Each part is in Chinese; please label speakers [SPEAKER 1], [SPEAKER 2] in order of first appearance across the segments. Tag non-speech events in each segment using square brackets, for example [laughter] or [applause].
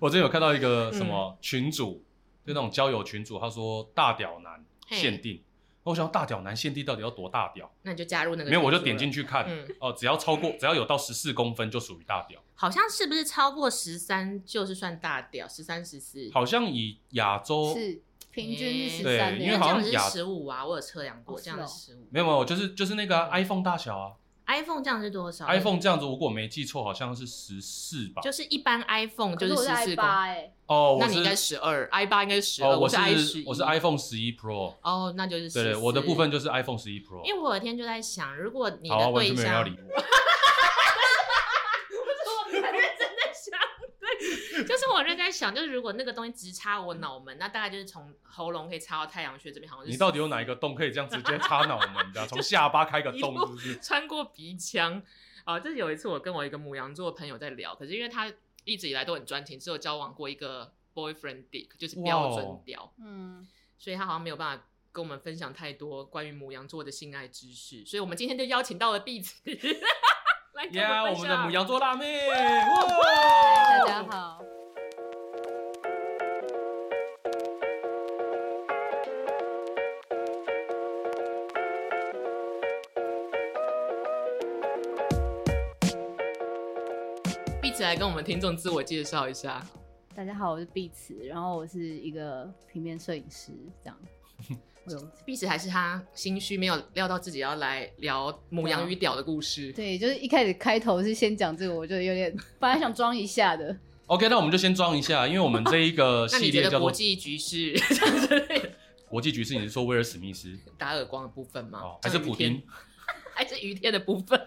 [SPEAKER 1] 我之前有看到一个什
[SPEAKER 2] 嗯
[SPEAKER 1] 么群主，就那种交友群主，他说大屌男
[SPEAKER 2] 嘿
[SPEAKER 1] 限定。我想大屌男限定到底要多大屌？
[SPEAKER 2] 那你就加入那个
[SPEAKER 1] 没有，我就
[SPEAKER 2] 群组
[SPEAKER 1] 点
[SPEAKER 2] 了
[SPEAKER 1] 进去看，
[SPEAKER 2] 嗯
[SPEAKER 1] 哦，只要超过，只要有到十四公分就属于大屌。
[SPEAKER 2] 好像是不是超过十三就是算大屌，十三十四。
[SPEAKER 1] 好像以亚洲
[SPEAKER 3] 是平均
[SPEAKER 2] 嗯
[SPEAKER 3] 是十三
[SPEAKER 1] 哦对因为
[SPEAKER 3] 年
[SPEAKER 1] 好
[SPEAKER 2] 这，
[SPEAKER 1] 像
[SPEAKER 2] 样是
[SPEAKER 1] 亚
[SPEAKER 2] 十五啊，我有测量过，
[SPEAKER 3] 哦
[SPEAKER 2] 这样
[SPEAKER 3] 是哦
[SPEAKER 2] 是十五。
[SPEAKER 1] 没有没有，就是就是那个啊
[SPEAKER 2] 嗯
[SPEAKER 1] iPhone 大小啊
[SPEAKER 2] iPhone 这样是多少
[SPEAKER 1] ，iPhone 这样子，如果没记错，好像是十四吧。
[SPEAKER 2] 就是一般 iPhone 就
[SPEAKER 3] 可是我
[SPEAKER 2] 十
[SPEAKER 3] 是
[SPEAKER 2] 四
[SPEAKER 3] i
[SPEAKER 2] 公，
[SPEAKER 3] 八哎，
[SPEAKER 1] 哦，我
[SPEAKER 2] 那你应该
[SPEAKER 1] 是
[SPEAKER 2] 十二，i 八应该是十
[SPEAKER 1] 哦，
[SPEAKER 2] 二，
[SPEAKER 1] 我
[SPEAKER 2] 是 i 十，
[SPEAKER 1] 我是 iPhone 十一 Pro，
[SPEAKER 2] 哦，那就是
[SPEAKER 1] 对对，
[SPEAKER 2] 14
[SPEAKER 1] 我的部分，就是 iPhone 十一
[SPEAKER 2] 因
[SPEAKER 1] Pro。
[SPEAKER 2] 为我有一天就在想，如果你
[SPEAKER 1] 好啊，
[SPEAKER 2] 的
[SPEAKER 1] 完全
[SPEAKER 2] 对
[SPEAKER 1] 没有人要
[SPEAKER 2] 象
[SPEAKER 1] 理我。
[SPEAKER 2] 我很认真在想，对，就是我认真在想，就是如果那个东西直插我脑门，那大概就是从喉咙可以插到太阳穴这边，好像是
[SPEAKER 1] 你到底有哪一个洞可以这样直接插脑门
[SPEAKER 2] [laughs]
[SPEAKER 1] 的啊？从下巴开个
[SPEAKER 2] 一
[SPEAKER 1] 洞
[SPEAKER 2] 路
[SPEAKER 1] 是不是？
[SPEAKER 2] [laughs] 穿过鼻腔？啊，就是有一次我跟我一个母羊座的朋友在聊，可是因为他一直以来都很专情，只有交往过一个 boyfriend dick，就是标
[SPEAKER 1] 哇哦
[SPEAKER 2] 准屌，
[SPEAKER 3] 嗯，
[SPEAKER 2] 所以他好像没有办法。跟我们分享太多关于母羊座的性爱知识，所以我们今天就邀请到了碧子 [laughs] 来跟
[SPEAKER 1] 呀，
[SPEAKER 2] 我
[SPEAKER 1] 我
[SPEAKER 2] 们
[SPEAKER 1] 们
[SPEAKER 2] 分
[SPEAKER 1] 的
[SPEAKER 2] 享
[SPEAKER 1] 母羊座辣妹，
[SPEAKER 3] 嗨，
[SPEAKER 1] 哇！
[SPEAKER 3] 大家好，
[SPEAKER 2] 碧子来跟我们听众自我介绍一下。
[SPEAKER 3] 大家好，我是碧池，然后我是一个平面摄影师，这样，我有
[SPEAKER 2] 毕子还是他心虚，没有料到自己要来聊母羊与
[SPEAKER 1] 啊
[SPEAKER 2] 屌的故事。
[SPEAKER 3] 对，就是一开始开头是先讲这个，我就有点本来想装一下的，
[SPEAKER 1] OK，那我们就先装一下，因为我们这一个
[SPEAKER 2] [laughs] 那
[SPEAKER 1] 系
[SPEAKER 2] 你觉
[SPEAKER 1] 列
[SPEAKER 2] 得
[SPEAKER 1] 叫
[SPEAKER 2] 国
[SPEAKER 1] 做
[SPEAKER 2] 际局势 [laughs] 这样之类的
[SPEAKER 1] 国际局势，你是说威尔史密斯
[SPEAKER 2] 打耳光的部分吗？
[SPEAKER 1] 哦，还是
[SPEAKER 2] 像雨
[SPEAKER 1] 普
[SPEAKER 2] 天
[SPEAKER 1] 丁？
[SPEAKER 2] 还是于天的部分？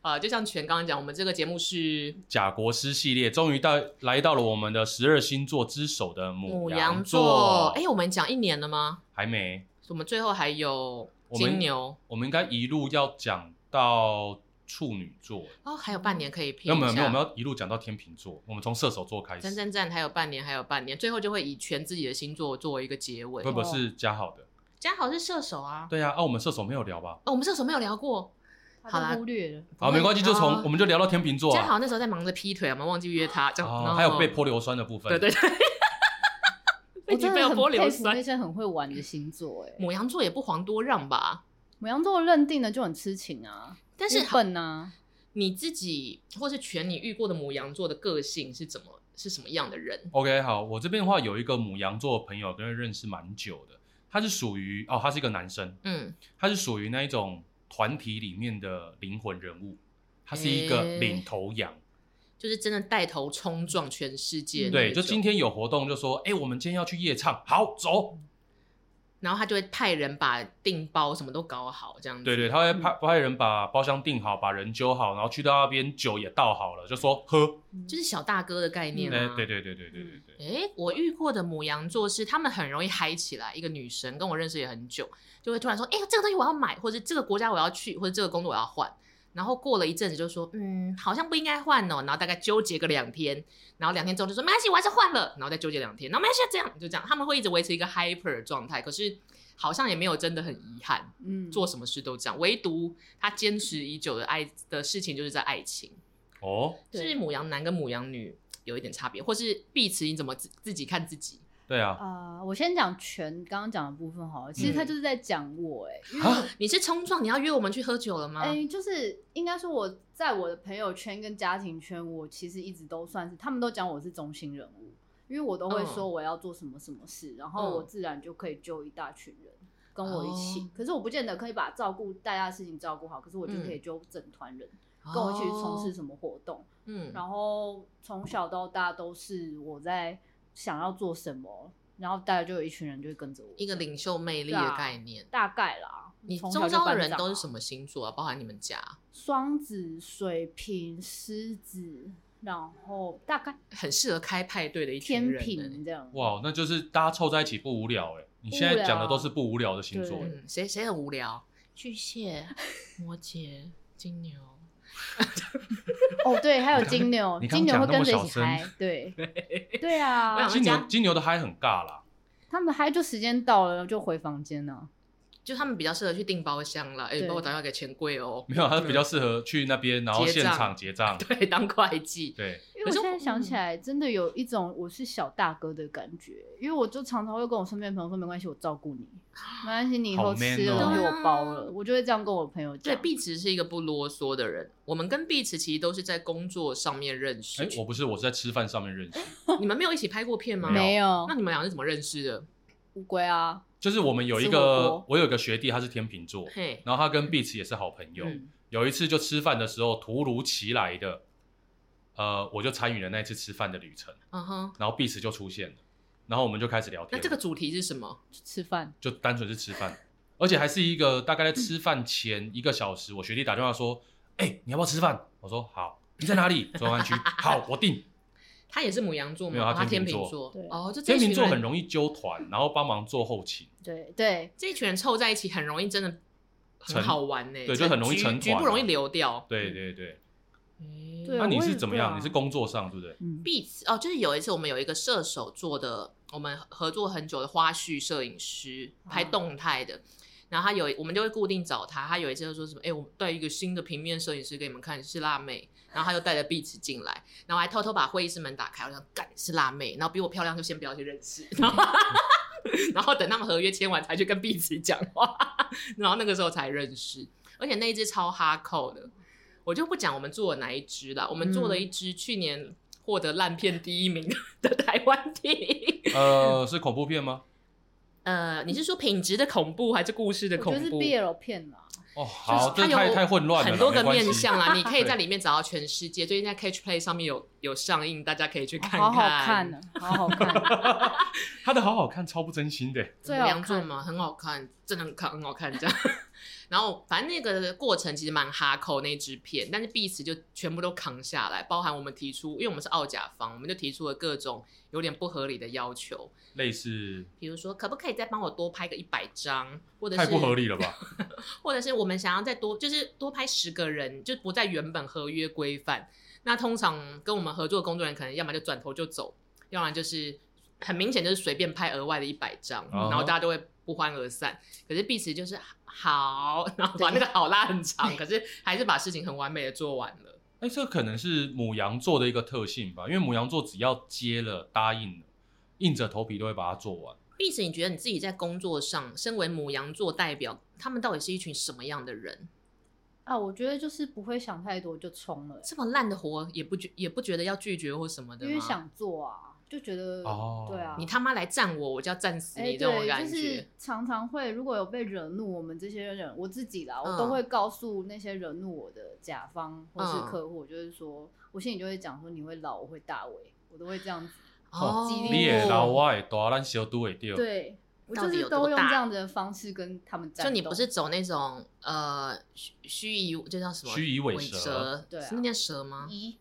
[SPEAKER 2] 啊、就像全刚刚讲，我们这个节目是
[SPEAKER 1] 假国师系列终于到来到了我们的十二星座之首的
[SPEAKER 2] 母
[SPEAKER 1] 羊
[SPEAKER 2] 羊座。哎、我们讲一年了吗？
[SPEAKER 1] 还没，
[SPEAKER 2] 我们最后还有
[SPEAKER 1] 我们
[SPEAKER 2] 金牛
[SPEAKER 1] 我们应该一路要讲到处女座，
[SPEAKER 2] 哦，还有半年可以拼
[SPEAKER 1] 没有
[SPEAKER 2] 一
[SPEAKER 1] 没有没有，我们
[SPEAKER 2] 下。
[SPEAKER 1] 要一路讲到天秤座，我们从射手座开
[SPEAKER 2] 真
[SPEAKER 1] 始，
[SPEAKER 2] 真站还有半年，还有半年，最后就会以全自己的星座作为一个结尾
[SPEAKER 1] 不。不是加好的，
[SPEAKER 2] 嘉豪是射手啊，
[SPEAKER 1] 对呀、啊，啊我们射手没有聊吧？
[SPEAKER 2] 哦，我们射手没有聊过，好啦
[SPEAKER 3] 他都忽略了，
[SPEAKER 1] 好，没关系，就从、
[SPEAKER 2] 哦
[SPEAKER 1] 我们就聊到天秤座
[SPEAKER 2] 嘉
[SPEAKER 1] 啊，
[SPEAKER 2] 豪那时候在忙着劈腿，我们忘记约他，这样、
[SPEAKER 1] 哦
[SPEAKER 2] 然后
[SPEAKER 1] 还有被泼硫酸的部分，
[SPEAKER 2] 对对对，
[SPEAKER 3] 我
[SPEAKER 2] 被
[SPEAKER 3] 真
[SPEAKER 2] 女
[SPEAKER 3] 的
[SPEAKER 2] 朋友
[SPEAKER 3] 很
[SPEAKER 2] 泼硫
[SPEAKER 3] 佩服
[SPEAKER 2] 酸
[SPEAKER 3] 那。些很会玩的星座，哎，
[SPEAKER 2] 母羊座也不遑多让吧？
[SPEAKER 3] 母羊座认定的就很痴情啊，
[SPEAKER 2] 但是
[SPEAKER 3] 日本啊，
[SPEAKER 2] 你自己或是全你遇过的母羊座的个性是怎么是什么样的人？
[SPEAKER 1] OK，好，我这边的话有一个母羊座的朋友，跟他认识蛮久的，他是属于哦，他是一个男生，
[SPEAKER 2] 嗯，
[SPEAKER 1] 他是属于那一种团体里面的灵魂人物，他是一个
[SPEAKER 2] 诶
[SPEAKER 1] 领头羊。
[SPEAKER 2] 就是真的带头冲撞全世界那
[SPEAKER 1] 嗯对，
[SPEAKER 2] 一
[SPEAKER 1] 就
[SPEAKER 2] 种
[SPEAKER 1] 今，天有活动就说，哎、我们今天要去夜唱，好走。
[SPEAKER 2] 然后他就会派人把订包什么都搞好，这样子。
[SPEAKER 1] 对对，他会派派人把包厢订好，把人揪好，然后去到那边酒也倒好了，就说喝。
[SPEAKER 2] 嗯就是小大哥的概
[SPEAKER 1] 哎、
[SPEAKER 2] 念
[SPEAKER 3] 嗯
[SPEAKER 2] 啊。
[SPEAKER 1] 对对对对对对对。
[SPEAKER 2] 诶，我遇过的母羊座是他们很容易嗨起来，一个女生跟我认识也很久，就会突然说：“哎、这个东西我要买，或者这个国家我要去，或者这个工作我要换。”然后过了一阵子就说：“嗯，好像不应该换哦。”然后大概纠结个两天，然后两天之后就说：“没关系，我还是换了。”然后再纠结两天，然后没关系，这样就这样，他们会一直维持一个 hyper 的状态，可是好像也没有真的很遗憾，
[SPEAKER 3] 嗯，
[SPEAKER 2] 做什么事都这样，唯独他坚持已久的爱的事情就是在爱情。
[SPEAKER 1] 哦，
[SPEAKER 2] 就
[SPEAKER 3] 对
[SPEAKER 2] 是母羊男跟母羊女有一点差别，或是碧池你怎么自自己看自己？
[SPEAKER 1] 对啊，
[SPEAKER 3] 啊、我先讲全刚刚讲的部分好了，其实他
[SPEAKER 2] 嗯
[SPEAKER 3] 就是在讲我、哎、因为
[SPEAKER 1] 啊，
[SPEAKER 2] 你是冲撞，你要约我们去喝酒了吗？
[SPEAKER 3] 哎、就是应该说我在我的朋友圈跟家庭圈，我其实一直都算是，他们都讲我是中心人物，因为我都会
[SPEAKER 2] 嗯
[SPEAKER 3] 说我要做什么什么事，然后我
[SPEAKER 2] 嗯
[SPEAKER 3] 自然就可以救一大群人跟我一起。
[SPEAKER 2] 哦
[SPEAKER 3] 可是我不见得可以把照顾大家的事情照顾好，可是我就可以救整团人、
[SPEAKER 2] 嗯哦
[SPEAKER 3] 跟我去从事，什么活动。
[SPEAKER 2] 嗯，
[SPEAKER 3] 然后从小到大都是我在想要做什么，然后大家就有一群人就会跟着我，
[SPEAKER 2] 一个领袖魅力
[SPEAKER 3] 对
[SPEAKER 2] 的
[SPEAKER 3] 啊
[SPEAKER 2] 概念。
[SPEAKER 3] 大概啦。
[SPEAKER 2] 你
[SPEAKER 3] 从
[SPEAKER 2] 周
[SPEAKER 3] 小就
[SPEAKER 2] 遭的
[SPEAKER 3] 班
[SPEAKER 2] 人
[SPEAKER 3] 长
[SPEAKER 2] 都是
[SPEAKER 3] 啊
[SPEAKER 2] 什么星座啊？包含你们家，
[SPEAKER 3] 双子、水瓶、狮子，然后大概
[SPEAKER 2] 很适合开派对的一群
[SPEAKER 3] 天
[SPEAKER 2] 人呢。
[SPEAKER 3] 平这样。
[SPEAKER 1] 哇，那就是大家凑在一起不无聊哎、你现在讲的都是不无聊的星座、
[SPEAKER 3] 不无聊
[SPEAKER 2] 嗯，谁谁很无聊？巨
[SPEAKER 3] [laughs]
[SPEAKER 2] 蟹、摩羯、金牛。
[SPEAKER 3] 哦，对，还有金牛，
[SPEAKER 1] 你刚
[SPEAKER 3] 金牛
[SPEAKER 1] 讲
[SPEAKER 3] 会
[SPEAKER 1] 那么
[SPEAKER 3] 跟着
[SPEAKER 1] 小
[SPEAKER 3] 一起
[SPEAKER 1] 声 [laughs]
[SPEAKER 3] 嗨，对，对
[SPEAKER 2] 我
[SPEAKER 3] 啊
[SPEAKER 1] 金
[SPEAKER 2] 想，我
[SPEAKER 1] 牛
[SPEAKER 2] 们家
[SPEAKER 1] 金牛的嗨很尬啦，
[SPEAKER 3] 他们嗨就时间到了就回房间了、
[SPEAKER 2] 就他们比较适合去订包厢了，哎、
[SPEAKER 3] 对
[SPEAKER 2] 帮我打电话给钱柜哦。
[SPEAKER 1] 没有，他比较适合去那边，然后
[SPEAKER 2] 结
[SPEAKER 1] 现
[SPEAKER 2] 账
[SPEAKER 1] 场结账
[SPEAKER 2] [laughs] 。对，当会计。
[SPEAKER 1] 对，
[SPEAKER 3] 因因
[SPEAKER 2] 可
[SPEAKER 3] 为我
[SPEAKER 2] 是
[SPEAKER 3] 现
[SPEAKER 2] 我
[SPEAKER 3] 在想
[SPEAKER 2] 嗯
[SPEAKER 3] 起来，真的有一种我是小大哥的感觉，因为我就常常会跟我身边的朋友说，没关系，我照顾你，没关系，你以
[SPEAKER 1] 好
[SPEAKER 3] 后
[SPEAKER 1] man
[SPEAKER 3] 吃的
[SPEAKER 1] 哦
[SPEAKER 3] 东西
[SPEAKER 2] 对
[SPEAKER 3] 我
[SPEAKER 2] 啊
[SPEAKER 3] 包了，我就会这样跟我朋友
[SPEAKER 2] 对，
[SPEAKER 3] 讲。
[SPEAKER 2] 碧池是一个不啰嗦的人。我们跟碧池其实都是在工作上面认识
[SPEAKER 1] 哎，，我不是，我是在吃饭上面认识，
[SPEAKER 2] 你们没有一起拍过片吗？
[SPEAKER 3] 没有
[SPEAKER 2] 那你们俩是怎么认识的？
[SPEAKER 3] 乌龟啊，
[SPEAKER 1] 就是我们有一
[SPEAKER 3] 吃火
[SPEAKER 1] 个
[SPEAKER 3] 锅，
[SPEAKER 1] 我有一个学弟，他是天秤座，
[SPEAKER 2] 嘿，
[SPEAKER 1] 然后他跟 Beats 也是好朋友。
[SPEAKER 2] 嗯
[SPEAKER 1] [laughs] 有一次就吃饭的时候，突如其来的，呃，我就参与了那次吃饭的旅程，
[SPEAKER 2] 嗯哼，
[SPEAKER 1] 然后 Beats 就出现了，然后我们就开始聊天。
[SPEAKER 2] 那这个主题是什么？
[SPEAKER 3] 去吃饭，
[SPEAKER 1] 就单纯是吃饭，而且还是一个大概在吃饭前一个小时，我学弟打电话说：“哎、你要不要吃饭？”我说：“好。”你在哪里？中山
[SPEAKER 2] [laughs]
[SPEAKER 1] 区。好，我定。
[SPEAKER 2] 他也是母羊座
[SPEAKER 1] 没有
[SPEAKER 2] 吗？
[SPEAKER 1] 他
[SPEAKER 2] 他
[SPEAKER 1] 天
[SPEAKER 2] 天
[SPEAKER 1] 秤
[SPEAKER 2] 秤
[SPEAKER 1] 座
[SPEAKER 2] 座
[SPEAKER 3] 对，
[SPEAKER 2] 哦，就这
[SPEAKER 1] 天
[SPEAKER 2] 一
[SPEAKER 1] 秤
[SPEAKER 2] 群
[SPEAKER 1] 座很
[SPEAKER 2] 人，
[SPEAKER 1] 容易揪团，然后帮忙做后勤。
[SPEAKER 3] 对对，
[SPEAKER 2] 这一群人凑在一起很容易，真的
[SPEAKER 1] 成
[SPEAKER 2] 很好玩呢。
[SPEAKER 1] 对就很容易啊成团
[SPEAKER 2] 局局部容易流掉。
[SPEAKER 1] 对对对。
[SPEAKER 2] 哎
[SPEAKER 3] 对
[SPEAKER 1] 那
[SPEAKER 3] 啊
[SPEAKER 1] 你
[SPEAKER 3] 我
[SPEAKER 1] 是
[SPEAKER 3] 也
[SPEAKER 1] 怎么
[SPEAKER 3] 对
[SPEAKER 1] 样？
[SPEAKER 3] 啊
[SPEAKER 1] 你是工作上对不对？
[SPEAKER 3] 嗯，
[SPEAKER 2] Beats 哦，就是有一次我们有一个射手座的，我们合作很久的花絮摄影师拍
[SPEAKER 3] 啊
[SPEAKER 2] 动态的，然后他有我们就会固定找他，他有一次就说什么，哎、我带一个新的平面摄影师给你们看，是辣妹，然后他就带着 Beats 进来，然后还偷偷把会议室门打开，我想干是辣妹，然后比我漂亮就先不要去认识， [laughs] 然后然后等他们合约签完才去跟 Beats 讲话，然后那个时候才认识，而且那一只超哈扣的。我就不讲我们做了哪一支啦，我们做了一支去年获得烂片第一名的台湾电影。
[SPEAKER 1] 呃，是恐怖片吗？
[SPEAKER 2] 呃，你是说品质的恐怖还是故事的
[SPEAKER 3] 我觉
[SPEAKER 2] 恐
[SPEAKER 3] 得是
[SPEAKER 2] 怖？
[SPEAKER 3] BL 片啦，
[SPEAKER 1] 哦，好，
[SPEAKER 2] 就
[SPEAKER 1] 这
[SPEAKER 2] 是它
[SPEAKER 1] 太
[SPEAKER 2] 有
[SPEAKER 1] 太混乱了啦，
[SPEAKER 2] 很多
[SPEAKER 1] 没
[SPEAKER 2] 个
[SPEAKER 1] 关系
[SPEAKER 2] 面
[SPEAKER 1] [laughs]
[SPEAKER 2] 向啦，你可以
[SPEAKER 1] 对
[SPEAKER 2] 在里面找到全世界。最近在 Catch Play 上面有有上映，大家可以去看看。哦
[SPEAKER 3] 好好看呢，好
[SPEAKER 2] [laughs]
[SPEAKER 3] 好看，
[SPEAKER 1] 他的好好看，超不真心的。
[SPEAKER 3] 最
[SPEAKER 2] 母
[SPEAKER 3] 好
[SPEAKER 2] 羊座
[SPEAKER 3] 看。
[SPEAKER 2] 嘛，很好看，真的很看，很好看这样。 [laughs] 然后反正那个过程其实蛮哈扣那支片，但是 b e 就全部都扛下来，包含我们提出，因为我们是奥甲方，我们就提出了各种有点不合理的要求，
[SPEAKER 1] 类似
[SPEAKER 2] 比如说可不可以再帮我多拍个一百张，或者是
[SPEAKER 1] 太不合理了吧？
[SPEAKER 2] 或者是我们想要再多，就是多拍十个人，就不在原本合约规范。那通常跟我们合作的工作人员，可能要么就转头就走，要不然就是很明显就是随便拍额外的一百张，
[SPEAKER 1] 嗯
[SPEAKER 2] 然后大家都会不欢而散。可是碧池就是好， [laughs] 然后把那个好拉很长，可是还是把事情很完美的做完了。
[SPEAKER 1] 哎，这可能是母羊座的一个特性吧，因为母羊座只要接了、答应了，硬着头皮都会把它做完。
[SPEAKER 2] 碧池，你觉得你自己在工作上，身为母羊座代表，他们到底是一群什么样的人？
[SPEAKER 3] 啊，我觉得就是不会想太多就冲了，
[SPEAKER 2] 这么烂的活也不觉也不觉得要拒绝或什么的
[SPEAKER 3] 因
[SPEAKER 2] 吗？
[SPEAKER 3] 为想做啊，就觉得
[SPEAKER 1] 哦
[SPEAKER 3] 对啊，
[SPEAKER 2] 你他妈来站我，我就要站死
[SPEAKER 3] 哎、
[SPEAKER 2] 你这种
[SPEAKER 3] 对，
[SPEAKER 2] 感
[SPEAKER 3] 就
[SPEAKER 2] 觉。
[SPEAKER 3] 是常常会，如果有被惹怒，我们这些人，我自己啦，我
[SPEAKER 2] 嗯
[SPEAKER 3] 都会告诉那些惹怒我的甲方或
[SPEAKER 2] 嗯
[SPEAKER 3] 是客户，就是说，我心里就会讲说，你会老，我会大尾，我都会这样子。
[SPEAKER 2] 哦，
[SPEAKER 3] 激
[SPEAKER 1] 你
[SPEAKER 3] 烈
[SPEAKER 1] 也老外大咱小都会掉。
[SPEAKER 3] 对，我
[SPEAKER 2] 到
[SPEAKER 3] 就
[SPEAKER 2] 底有
[SPEAKER 3] 是
[SPEAKER 2] 多
[SPEAKER 3] 都用
[SPEAKER 2] 大
[SPEAKER 3] 这样的方式跟他们战
[SPEAKER 2] 就
[SPEAKER 3] 斗。
[SPEAKER 2] 你不是走那种呃虚虚以这叫什么
[SPEAKER 1] 虚以
[SPEAKER 2] 尾
[SPEAKER 1] 尾蛇
[SPEAKER 3] 对啊
[SPEAKER 2] 是那叫蛇吗？ [laughs]
[SPEAKER 3] 一，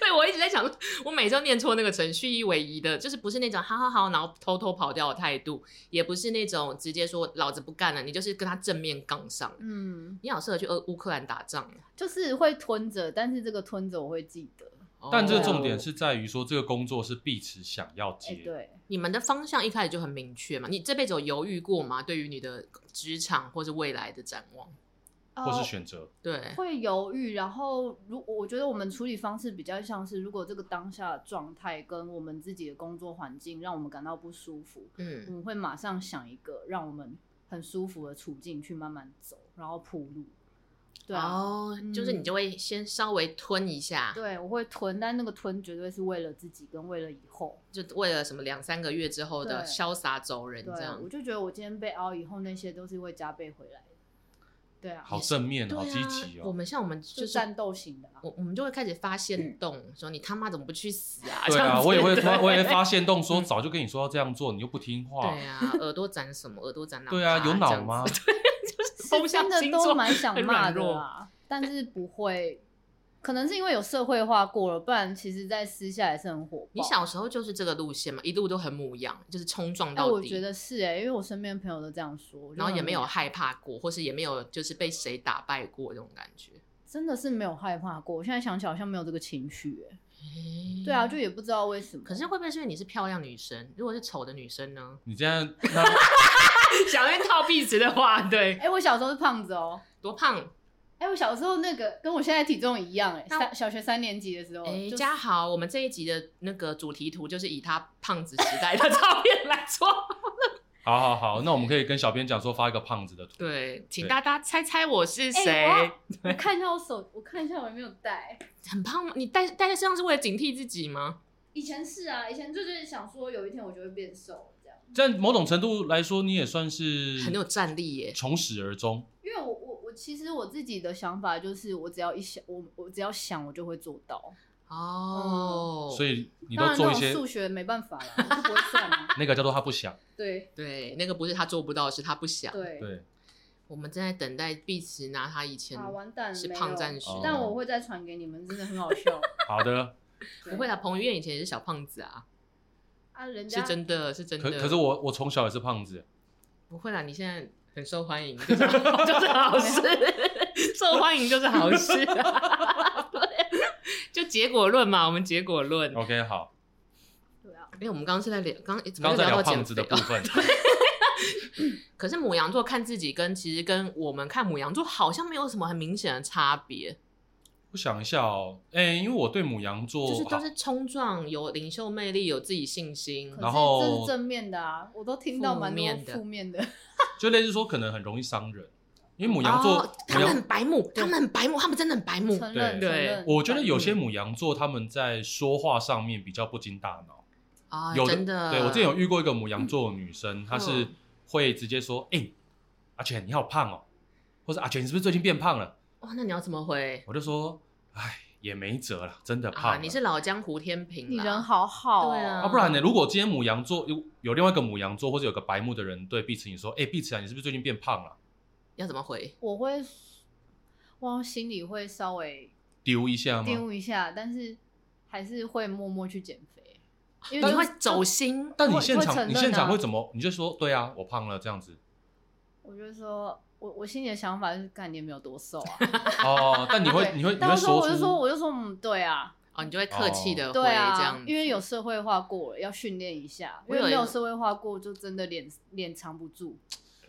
[SPEAKER 2] 对，我一直在想，我每周念错那个成蓄意为夷的，就是不是那种好好好，然后偷偷跑掉的态度，也不是那种直接说老子不干了，你就是跟他正面杠上。
[SPEAKER 3] 嗯，
[SPEAKER 2] 你好适合去乌乌克兰打仗，
[SPEAKER 3] 就是会吞着，但是这个吞着我会记得。
[SPEAKER 1] 但这
[SPEAKER 2] 哦
[SPEAKER 1] 重点是在于说，这个工作是碧池想要
[SPEAKER 3] 哎、
[SPEAKER 1] 接，
[SPEAKER 3] 对，
[SPEAKER 2] 你们的方向一开始就很明确嘛？你这辈子有犹豫过吗？对于你的职场或是未来的展望？
[SPEAKER 1] 或
[SPEAKER 3] 哦
[SPEAKER 1] 是选择。
[SPEAKER 2] 对，
[SPEAKER 3] 会犹豫，然后如我觉得我们处理方式比较像是，如果这个当下的状态跟我们自己的工作环境让我们感到不舒服，我
[SPEAKER 2] 嗯，
[SPEAKER 3] 们会马上想一个让我们很舒服的处境去慢慢走，然后铺路。对啊，
[SPEAKER 2] 哦，就是你就会先稍微吞一下，
[SPEAKER 3] 对我会吞，但那个吞绝对是为了自己跟为了以后。
[SPEAKER 2] 就为了什么两三个月之后的
[SPEAKER 3] 对
[SPEAKER 2] 潇洒走人
[SPEAKER 3] 对啊
[SPEAKER 2] 这，样
[SPEAKER 3] 我。就觉得我今天被凹以后，那些都是会加倍回来的。对啊，
[SPEAKER 1] 好正面，
[SPEAKER 2] 对
[SPEAKER 1] 好
[SPEAKER 2] 啊，
[SPEAKER 1] 积极
[SPEAKER 2] 我
[SPEAKER 1] 哦。
[SPEAKER 2] 们像我们
[SPEAKER 3] 就
[SPEAKER 2] 就是
[SPEAKER 3] 战斗型的啊。
[SPEAKER 2] 我我们就会开始发
[SPEAKER 3] 嗯
[SPEAKER 2] 现动，说你他妈怎么不去死啊？
[SPEAKER 1] 对
[SPEAKER 2] 这样
[SPEAKER 1] 啊，
[SPEAKER 2] 子
[SPEAKER 1] 我也会，
[SPEAKER 2] [laughs] 对
[SPEAKER 1] 我也会发现动说，
[SPEAKER 2] 嗯
[SPEAKER 1] 早就跟你说要这样做，你又不听话。
[SPEAKER 2] 对啊，耳朵长什么？耳朵长哪？
[SPEAKER 1] 对啊，有
[SPEAKER 2] 这
[SPEAKER 1] 脑
[SPEAKER 2] 样子 [laughs]
[SPEAKER 1] 吗？？
[SPEAKER 2] 就是
[SPEAKER 3] 是
[SPEAKER 2] 风
[SPEAKER 3] 真
[SPEAKER 2] 象
[SPEAKER 3] 的
[SPEAKER 2] 星
[SPEAKER 3] 都
[SPEAKER 2] 座
[SPEAKER 3] 蛮想
[SPEAKER 2] 很
[SPEAKER 3] 骂
[SPEAKER 2] 软
[SPEAKER 3] 的
[SPEAKER 2] 弱。
[SPEAKER 3] 啦，但是不会，可能是因为有社会化过了，不然其实在私下也是很火爆。
[SPEAKER 2] 你小时候就是这个路线嘛，一路都很母羊，就是冲撞
[SPEAKER 3] 哎，
[SPEAKER 2] 到底。
[SPEAKER 3] 我觉得是哎、因为我身边的朋友都这样说，我就
[SPEAKER 2] 然后也
[SPEAKER 3] 很
[SPEAKER 2] 没有害怕过，或是也没有就是被谁打败过这种感觉。
[SPEAKER 3] 真的是没有害怕过。我现在想起来好像没有这个情绪、哎，对啊，就也不知道为什么。
[SPEAKER 2] 嗯可是会不会是因为你是漂亮女生？如果是丑的女生呢？
[SPEAKER 1] 你这样，那
[SPEAKER 2] [laughs] 想要套壁纸的话，对
[SPEAKER 3] 哎、，我小时候是胖子哦、
[SPEAKER 2] 多胖？
[SPEAKER 3] 哎、我小时候那个跟我现在体重一样、哎，
[SPEAKER 2] 那
[SPEAKER 3] 三小学三年级的时候，
[SPEAKER 2] 哎，
[SPEAKER 3] 就
[SPEAKER 2] 嘉豪，我们这一集的那个主题图就是以他胖子时代的照片来做。
[SPEAKER 1] 好好好，那我们可以跟小编讲说发一个胖子的图。
[SPEAKER 2] [laughs] 对，请
[SPEAKER 1] 对
[SPEAKER 2] 大家猜猜我是
[SPEAKER 3] 哎
[SPEAKER 2] 谁？ [laughs]
[SPEAKER 3] 我要我看一下我手，我看一下我有没有带。
[SPEAKER 2] 很胖吗？你带带在身上是为了警惕自己吗？
[SPEAKER 3] 以前是啊，以前就是想说有一天我就会变瘦这样，
[SPEAKER 1] 在某种程度来说，你也算是
[SPEAKER 2] 很有战力耶。
[SPEAKER 1] 从始而终。
[SPEAKER 3] 因为我我我其实我自己的想法就是，我只要一想，我我只要想我就会做到。
[SPEAKER 2] 哦，
[SPEAKER 1] 所
[SPEAKER 2] 以
[SPEAKER 1] 以你
[SPEAKER 3] 当
[SPEAKER 1] 都
[SPEAKER 3] 然
[SPEAKER 1] 做
[SPEAKER 3] 那
[SPEAKER 1] 一
[SPEAKER 3] 种
[SPEAKER 1] 些
[SPEAKER 3] 数学没办法啦，我就不会算啊
[SPEAKER 1] [laughs] 那个叫做他不想。
[SPEAKER 3] 对
[SPEAKER 2] 对那个不是他做不到，是他不想。
[SPEAKER 3] 对
[SPEAKER 1] 对，
[SPEAKER 2] 我们正在等待碧池拿他以前
[SPEAKER 3] 啊，完蛋
[SPEAKER 2] 是
[SPEAKER 3] 没有
[SPEAKER 2] 胖战士
[SPEAKER 1] 哦，
[SPEAKER 3] 但我会再传给你们，真的很
[SPEAKER 2] [laughs]
[SPEAKER 3] 好笑。
[SPEAKER 1] 好的。
[SPEAKER 3] 对
[SPEAKER 2] 不会啊，彭于晏以前也是小胖子啊，
[SPEAKER 3] 啊，人
[SPEAKER 2] 是
[SPEAKER 3] 家
[SPEAKER 2] 真的，是真
[SPEAKER 1] 可
[SPEAKER 2] 的。
[SPEAKER 1] 可是我我从小也是胖子，
[SPEAKER 2] 不会啦，你现在很受欢迎，就是好 [laughs] 就是好事， [laughs] 受欢迎就是好事、啊。 [laughs] 对，就结果论嘛，我们结果论。哎、
[SPEAKER 1] OK，好，
[SPEAKER 3] 对啊，
[SPEAKER 2] 我们刚刚是在聊，刚诶怎么
[SPEAKER 1] 刚
[SPEAKER 2] 又
[SPEAKER 1] 刚在
[SPEAKER 2] 到
[SPEAKER 1] 聊
[SPEAKER 2] 减
[SPEAKER 1] 胖
[SPEAKER 2] 肥
[SPEAKER 1] 子的部
[SPEAKER 2] 哦
[SPEAKER 1] 分， [laughs]
[SPEAKER 2] 可是母羊座看自己跟其实跟我们看母羊座好像没有什么很明显的差别，
[SPEAKER 1] 我想一下哦，哎、因为我对母羊座啊
[SPEAKER 2] 就是都
[SPEAKER 1] 哦好
[SPEAKER 2] 是冲撞，有领袖魅力，有自己信心
[SPEAKER 3] 可。
[SPEAKER 1] 然
[SPEAKER 3] 是
[SPEAKER 1] 后
[SPEAKER 3] 这是正面的啊，我都听到
[SPEAKER 2] 嗯负
[SPEAKER 3] 蛮
[SPEAKER 2] 面的
[SPEAKER 3] 多负面的。
[SPEAKER 1] 就类似说可能很容易伤人，因为母羊座，
[SPEAKER 2] 哦他
[SPEAKER 1] 母
[SPEAKER 2] 们
[SPEAKER 1] 羊
[SPEAKER 2] 很白目，他们很白目，他们真的很白目。
[SPEAKER 1] [laughs]
[SPEAKER 3] 承认，
[SPEAKER 2] 对嗯
[SPEAKER 3] 承认
[SPEAKER 1] 我觉得有些母羊座他们在说话上面比较不经大脑，
[SPEAKER 2] 啊、
[SPEAKER 1] 有
[SPEAKER 2] 真的，
[SPEAKER 1] 对我之前有遇过一个母羊座的女生，她是
[SPEAKER 2] 嗯
[SPEAKER 1] 会直接说，哎、阿全你好胖哦，或者阿全你是不是最近变胖了？
[SPEAKER 2] 哇，那你要怎么回？
[SPEAKER 1] 我就说，哎，也没辙了，真的胖
[SPEAKER 2] 啊，
[SPEAKER 1] 了。
[SPEAKER 2] 你是老江湖天平啦，
[SPEAKER 3] 啊你人好好哦，
[SPEAKER 2] 对啊
[SPEAKER 1] 啊，不然呢？如果今天母羊座有有另外一个母羊座或者有个白目的人对碧池你说，哎、碧池啊，你是不是最近变胖了？
[SPEAKER 2] 要怎么回？
[SPEAKER 3] 我会，我心里会稍微
[SPEAKER 1] 丢一下吗？
[SPEAKER 3] 丢一下，但是还是会默默去减肥，因为
[SPEAKER 2] 你
[SPEAKER 3] 就
[SPEAKER 2] 会
[SPEAKER 3] 是
[SPEAKER 2] 走，心，
[SPEAKER 1] 但你
[SPEAKER 3] 我
[SPEAKER 1] 现
[SPEAKER 3] 会
[SPEAKER 1] 场、
[SPEAKER 3] 承
[SPEAKER 1] 你
[SPEAKER 3] 认
[SPEAKER 1] 现场
[SPEAKER 3] 啊
[SPEAKER 1] 会怎么？你就说，对啊，我胖了这样
[SPEAKER 2] [laughs]
[SPEAKER 1] 子。
[SPEAKER 3] 我就说。我我心里的想法就是，干你也没有多瘦啊。
[SPEAKER 1] 哦， [laughs] 但你会
[SPEAKER 3] 对
[SPEAKER 1] 你会你
[SPEAKER 3] 但
[SPEAKER 1] 会
[SPEAKER 3] 我说，
[SPEAKER 1] 说
[SPEAKER 3] 我就说，
[SPEAKER 1] 出
[SPEAKER 3] 我就说，嗯，对啊，
[SPEAKER 2] 哦，你就会客气的回
[SPEAKER 3] 对
[SPEAKER 2] 这
[SPEAKER 3] 啊
[SPEAKER 2] 样，子，
[SPEAKER 3] 因为有社会化过了，要训练一下。
[SPEAKER 2] 我
[SPEAKER 3] 因
[SPEAKER 2] 有
[SPEAKER 3] 为没有
[SPEAKER 2] 一个
[SPEAKER 3] 社会化过，就真的脸脸藏不住。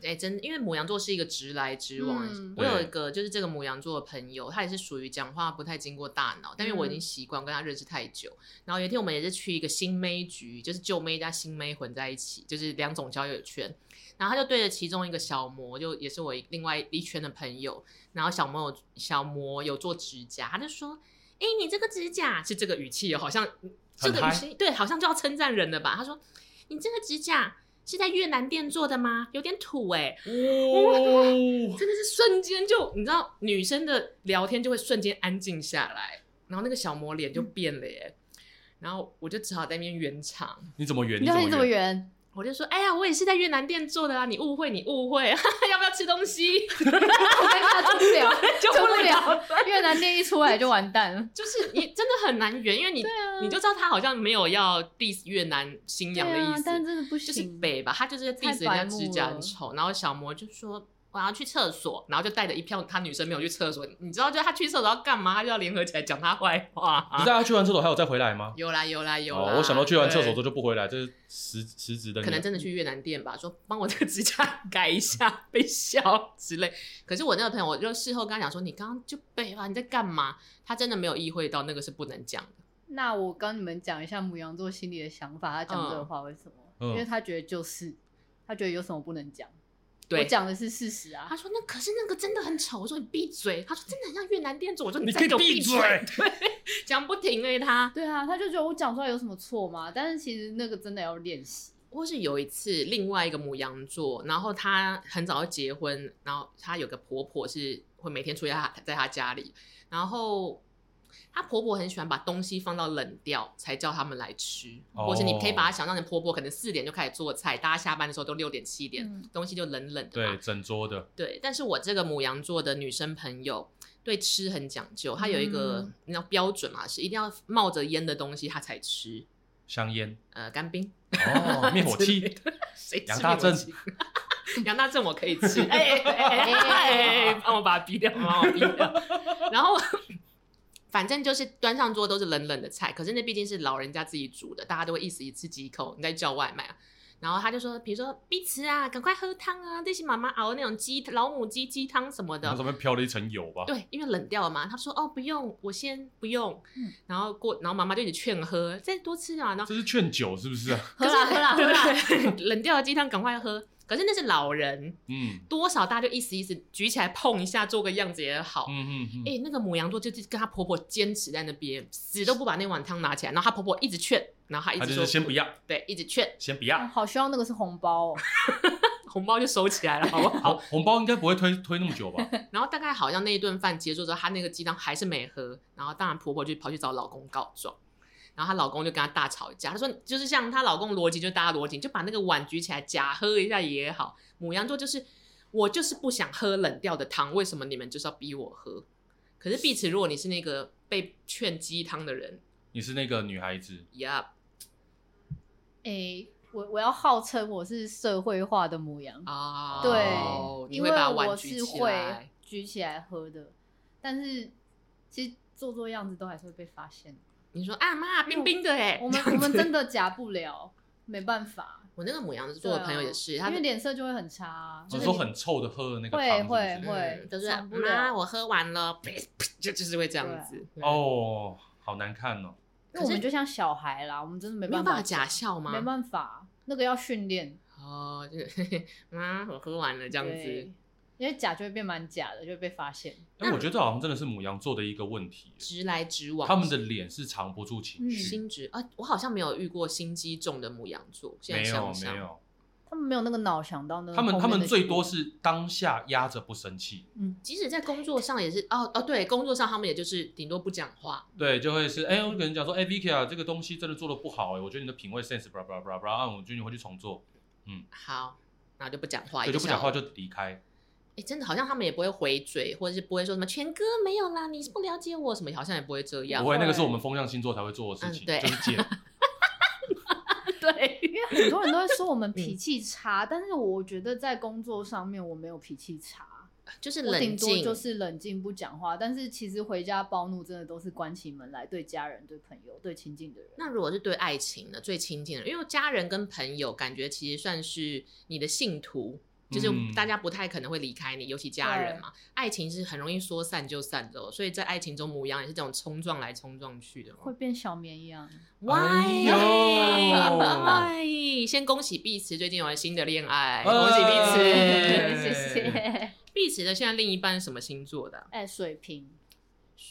[SPEAKER 2] 哎、真因为母羊座是一个直来直往。
[SPEAKER 3] 嗯
[SPEAKER 2] 我有
[SPEAKER 1] 对
[SPEAKER 2] 一个就是这个母羊座的朋友，他也是属于讲话不太经过大脑，但因为我
[SPEAKER 3] 嗯
[SPEAKER 2] 已经习惯跟他认识太久。然后有一天我们也是去一个新妹局，就是旧妹加新妹混在一起，就是两种交友圈。然后他就对着其中一个小魔，就也是我另外一圈的朋友，然后小魔有小魔有做指甲，他就说：“哎、你这个指甲是这个语气哦，好像这个语
[SPEAKER 1] 嗨
[SPEAKER 2] 气对，好像就要称赞人了吧？”他说：“你这个指甲是在越南店做的吗？有点土哎、
[SPEAKER 1] 哦，
[SPEAKER 2] 真的是瞬间就你知道，女生的聊天就会瞬间安静下来，然后那个小魔脸就变了耶。然后我就只好在那边圆场，
[SPEAKER 1] 你怎么圆？
[SPEAKER 2] [laughs]
[SPEAKER 3] 你看你
[SPEAKER 1] 怎
[SPEAKER 3] 怎
[SPEAKER 1] 么
[SPEAKER 3] 么
[SPEAKER 1] 圆？
[SPEAKER 3] 圆？
[SPEAKER 2] 我就说：“哎呀，我也是在越南店做的啊，你误会，你误会， [laughs] 要不要吃东西？
[SPEAKER 3] 我跟他做不了，
[SPEAKER 2] [laughs] 就
[SPEAKER 3] 做
[SPEAKER 2] 不
[SPEAKER 3] 不
[SPEAKER 2] 了，
[SPEAKER 3] 了。越南店一出来就完蛋了。
[SPEAKER 2] 就是你真的很难圆，因为你、
[SPEAKER 3] 啊
[SPEAKER 2] 你就知道他好像没有要 diss 越南新
[SPEAKER 3] 对
[SPEAKER 2] 娘的意
[SPEAKER 3] 啊
[SPEAKER 2] 思，，
[SPEAKER 3] 但真的不行，
[SPEAKER 2] 就是北吧，他就是
[SPEAKER 3] 太
[SPEAKER 2] diss 人家
[SPEAKER 3] 白目
[SPEAKER 2] 指甲很
[SPEAKER 3] 了
[SPEAKER 2] 丑，然后小魔就说我要去厕所，然后就带着一票他女生没有去厕所，你知道就他去厕所要干嘛？他就要联合起来讲他坏话、 [laughs]
[SPEAKER 1] 你在他去完厕所还有再回来吗？
[SPEAKER 2] 有啦有啊啦有啦、
[SPEAKER 1] 哦，我想到去完厕所之后
[SPEAKER 2] 对
[SPEAKER 1] 就不回来，这是实实质的。
[SPEAKER 2] 可能真的去越南店吧，说帮我这个指甲 [laughs] 改一下，被笑之类。可是我那个朋友，我就事后跟他讲说，你刚刚就背啊，你在干嘛？他真的没有意会到那个是不能讲的。
[SPEAKER 3] 那我跟你们讲一下母羊座心里的想法，他讲这个话为什么？
[SPEAKER 1] 嗯
[SPEAKER 3] 因为他觉得就是，他觉得有什么不能讲。我
[SPEAKER 2] 对，
[SPEAKER 3] 讲的是事
[SPEAKER 2] [laughs]
[SPEAKER 3] 实啊
[SPEAKER 2] 他。说那可是那个真的很丑，我说你闭嘴。他说真的很像越南店主，我说
[SPEAKER 1] 你
[SPEAKER 2] 再
[SPEAKER 1] 可以
[SPEAKER 2] 给我
[SPEAKER 1] 闭
[SPEAKER 2] 闭
[SPEAKER 1] 嘴
[SPEAKER 2] 对，讲不停哎、他。
[SPEAKER 3] 对啊，他就觉得我讲出来有什么错吗？但是其实那个真的要练习。
[SPEAKER 2] 或是有一次，另外一个母羊座，然后她很早就结婚，然后她有个婆婆是会每天出现在她在她家里，然后她婆婆很喜欢把东西放到冷掉才叫他们来吃，
[SPEAKER 1] 哦
[SPEAKER 2] 或是你可以把它想象成婆婆可能四点就开始做菜，大家下班的时候都六点七点，
[SPEAKER 3] 嗯
[SPEAKER 2] 东西就冷冷的嘛
[SPEAKER 1] 对，整桌的
[SPEAKER 2] 对，但是我这个母羊座的女生朋友对吃很讲究，她有一个、
[SPEAKER 3] 嗯
[SPEAKER 2] 你知道标准嘛，是一定要冒着烟的东西她才吃，
[SPEAKER 1] 香
[SPEAKER 2] [laughs]
[SPEAKER 1] 烟，
[SPEAKER 2] 呃，干冰。
[SPEAKER 1] 哦，灭火
[SPEAKER 2] 之类
[SPEAKER 1] 器，
[SPEAKER 2] 的，谁
[SPEAKER 1] 杨
[SPEAKER 2] 吃
[SPEAKER 1] 大
[SPEAKER 2] 灭火
[SPEAKER 1] 正
[SPEAKER 2] 器？杨大正我可以吃，哎哎哎哎哎，帮我把它逼掉，帮我逼掉。然后反正就是端上桌都是冷冷的菜，可是那毕竟是老人家自己煮的，大家都会一时一次几口，你在叫外卖啊。然后他就说，比如说碧池啊，赶快喝汤啊，这是妈妈熬的那种鸡老母鸡鸡汤什么
[SPEAKER 1] 然
[SPEAKER 2] 的
[SPEAKER 1] 后。上面飘了一层油吧，
[SPEAKER 2] 对，因为冷掉了嘛，他说哦不用，我先不用，
[SPEAKER 3] 嗯
[SPEAKER 2] 然后过，然后妈妈就一直劝喝，再多吃啊，然后
[SPEAKER 1] 这是劝酒是不是啊？
[SPEAKER 3] 喝啦喝啦喝
[SPEAKER 2] [laughs]
[SPEAKER 3] 啦，
[SPEAKER 2] 啦，冷掉的鸡汤赶快喝。可是那是老人，
[SPEAKER 1] 嗯
[SPEAKER 2] 多少大家就意思意思举起来碰一下，做个样子也好。哎、
[SPEAKER 1] 嗯嗯嗯，
[SPEAKER 2] 那个母羊座就是跟她婆婆坚持在那边，死都不把那碗汤拿起来，然后她婆婆一直劝，然后哎她一
[SPEAKER 1] 他
[SPEAKER 2] 直
[SPEAKER 1] 就
[SPEAKER 2] 说
[SPEAKER 1] 是先不要，
[SPEAKER 2] 对，一直劝，
[SPEAKER 1] 先不
[SPEAKER 3] 哦
[SPEAKER 1] 要。
[SPEAKER 3] 好希望那个是红包 [laughs] 哦。
[SPEAKER 2] 红包就收起来了，好不好？
[SPEAKER 1] 红红包应该不会推推那么久吧？
[SPEAKER 2] 然后大概好像那一顿饭结束之后，她那个鸡汤还是没喝，然后当然婆婆就跑去找老公告状，然后她老公就跟她大吵一架，她说就是像她老公逻辑就是大家逻辑，就把那个碗举起来假喝一下也好，母羊座就是我就是不想喝冷掉的汤，为什么你们就是要逼我喝？可是碧池，如果你是那个被劝鸡汤的人，
[SPEAKER 1] 你是那个女孩子，
[SPEAKER 2] 呀、
[SPEAKER 3] 诶，我我要号称我是社会化的母羊，
[SPEAKER 2] 啊，
[SPEAKER 3] 对，
[SPEAKER 2] 你
[SPEAKER 3] 因
[SPEAKER 2] 会
[SPEAKER 3] 为
[SPEAKER 2] 把碗
[SPEAKER 3] 我
[SPEAKER 2] 举
[SPEAKER 3] 是
[SPEAKER 2] 起
[SPEAKER 3] 会
[SPEAKER 2] 来，
[SPEAKER 3] 举起来喝的，但是其实做做样子都还是会被发现的。
[SPEAKER 2] 你说啊妈冰冰的哎，
[SPEAKER 3] 我们我们真的假不了，没办法，
[SPEAKER 2] 我那个母羊座的朋友也是，他
[SPEAKER 3] 啊因为
[SPEAKER 2] 们哦
[SPEAKER 3] 脸色就会很差啊，
[SPEAKER 1] 我
[SPEAKER 3] 就是
[SPEAKER 1] 说很臭的喝的那个
[SPEAKER 3] 会
[SPEAKER 1] 汤是不
[SPEAKER 3] 会
[SPEAKER 1] 是
[SPEAKER 3] 会
[SPEAKER 2] 嗯就是
[SPEAKER 3] 爽不
[SPEAKER 2] 妈，
[SPEAKER 3] 了
[SPEAKER 2] 我喝完了，就就是会这样子。对，
[SPEAKER 1] 哦，好难看哦。
[SPEAKER 3] 因为我们就像小孩啦，我们真的没
[SPEAKER 2] 没有
[SPEAKER 3] 办
[SPEAKER 2] 办
[SPEAKER 3] 法
[SPEAKER 2] 法假笑吗？
[SPEAKER 3] 没办法，那个要训练，
[SPEAKER 2] 哦，就是 [laughs] 妈，我喝完了这样子
[SPEAKER 3] 对，因为假就会变蛮假的，就会被发现。
[SPEAKER 1] 但哎我觉得这好像真的是母羊座的一个问题，
[SPEAKER 2] 直来直往。
[SPEAKER 1] 他们的脸是藏不住情绪，
[SPEAKER 2] 心直啊，我好像没有遇过心机重的母羊座，现在
[SPEAKER 1] 没有
[SPEAKER 2] 想嗯想
[SPEAKER 1] 没有，
[SPEAKER 3] 他们没有那个脑想到那个
[SPEAKER 1] 他们
[SPEAKER 3] 后
[SPEAKER 1] 他
[SPEAKER 3] 面的
[SPEAKER 1] 们最多
[SPEAKER 3] 结嗯
[SPEAKER 1] 是当下压着不生气，
[SPEAKER 2] 即使在工作上也是，哦哦，对，工作上他们也就是顶多不讲话，
[SPEAKER 1] 对，就会是哎，我跟人讲说，哎，Vicky 啊，这个东西真的做的不好，哎，我觉得你的品味 sense blah blah blah blah，啊我觉得你回去重做，
[SPEAKER 2] 好，然后就不讲话，
[SPEAKER 1] 对，就不讲话
[SPEAKER 2] 一笑
[SPEAKER 1] 就离开，
[SPEAKER 2] 哎，真的好像他们也不会回嘴，或者是不会说什么全哥没有啦，你是不了解我什么，好像也不会这样
[SPEAKER 1] 不。会，那个是我们风象星座才会做的事
[SPEAKER 2] 嗯
[SPEAKER 1] 情，
[SPEAKER 2] 对
[SPEAKER 1] 就是
[SPEAKER 2] [laughs]
[SPEAKER 1] 解，
[SPEAKER 2] 对，
[SPEAKER 3] 因为很多人都会说我
[SPEAKER 2] [laughs] 嗯
[SPEAKER 3] 们脾气差，但是我觉得在工作上面我没有脾气差，
[SPEAKER 2] 就是
[SPEAKER 3] 我顶
[SPEAKER 2] 冷
[SPEAKER 3] 多
[SPEAKER 2] 静，
[SPEAKER 3] 就是冷静不讲话。但是其实回家暴怒真的都是关起门来对家人、对朋友、对亲近的人。
[SPEAKER 2] 那如果是对爱情的最亲近的，因为家人跟朋友感觉其实算是你的信徒，就是
[SPEAKER 1] 嗯
[SPEAKER 2] 大家不太可能会离开你，尤其家人嘛。爱情是很容易说散就散的哦、所以在爱情中，母羊也是这种冲撞来冲撞去的、
[SPEAKER 3] 会
[SPEAKER 2] 哦。
[SPEAKER 3] 变小
[SPEAKER 1] [laughs]
[SPEAKER 3] 绵羊，
[SPEAKER 1] 哎
[SPEAKER 2] [laughs] 哎，先恭喜碧池最近有了新的恋
[SPEAKER 1] 哎
[SPEAKER 2] 爱，恭喜碧池。
[SPEAKER 1] 哎
[SPEAKER 3] [laughs] 谢谢。
[SPEAKER 2] 碧池的现在另一半是什么星座的啊、
[SPEAKER 3] 哎，水瓶，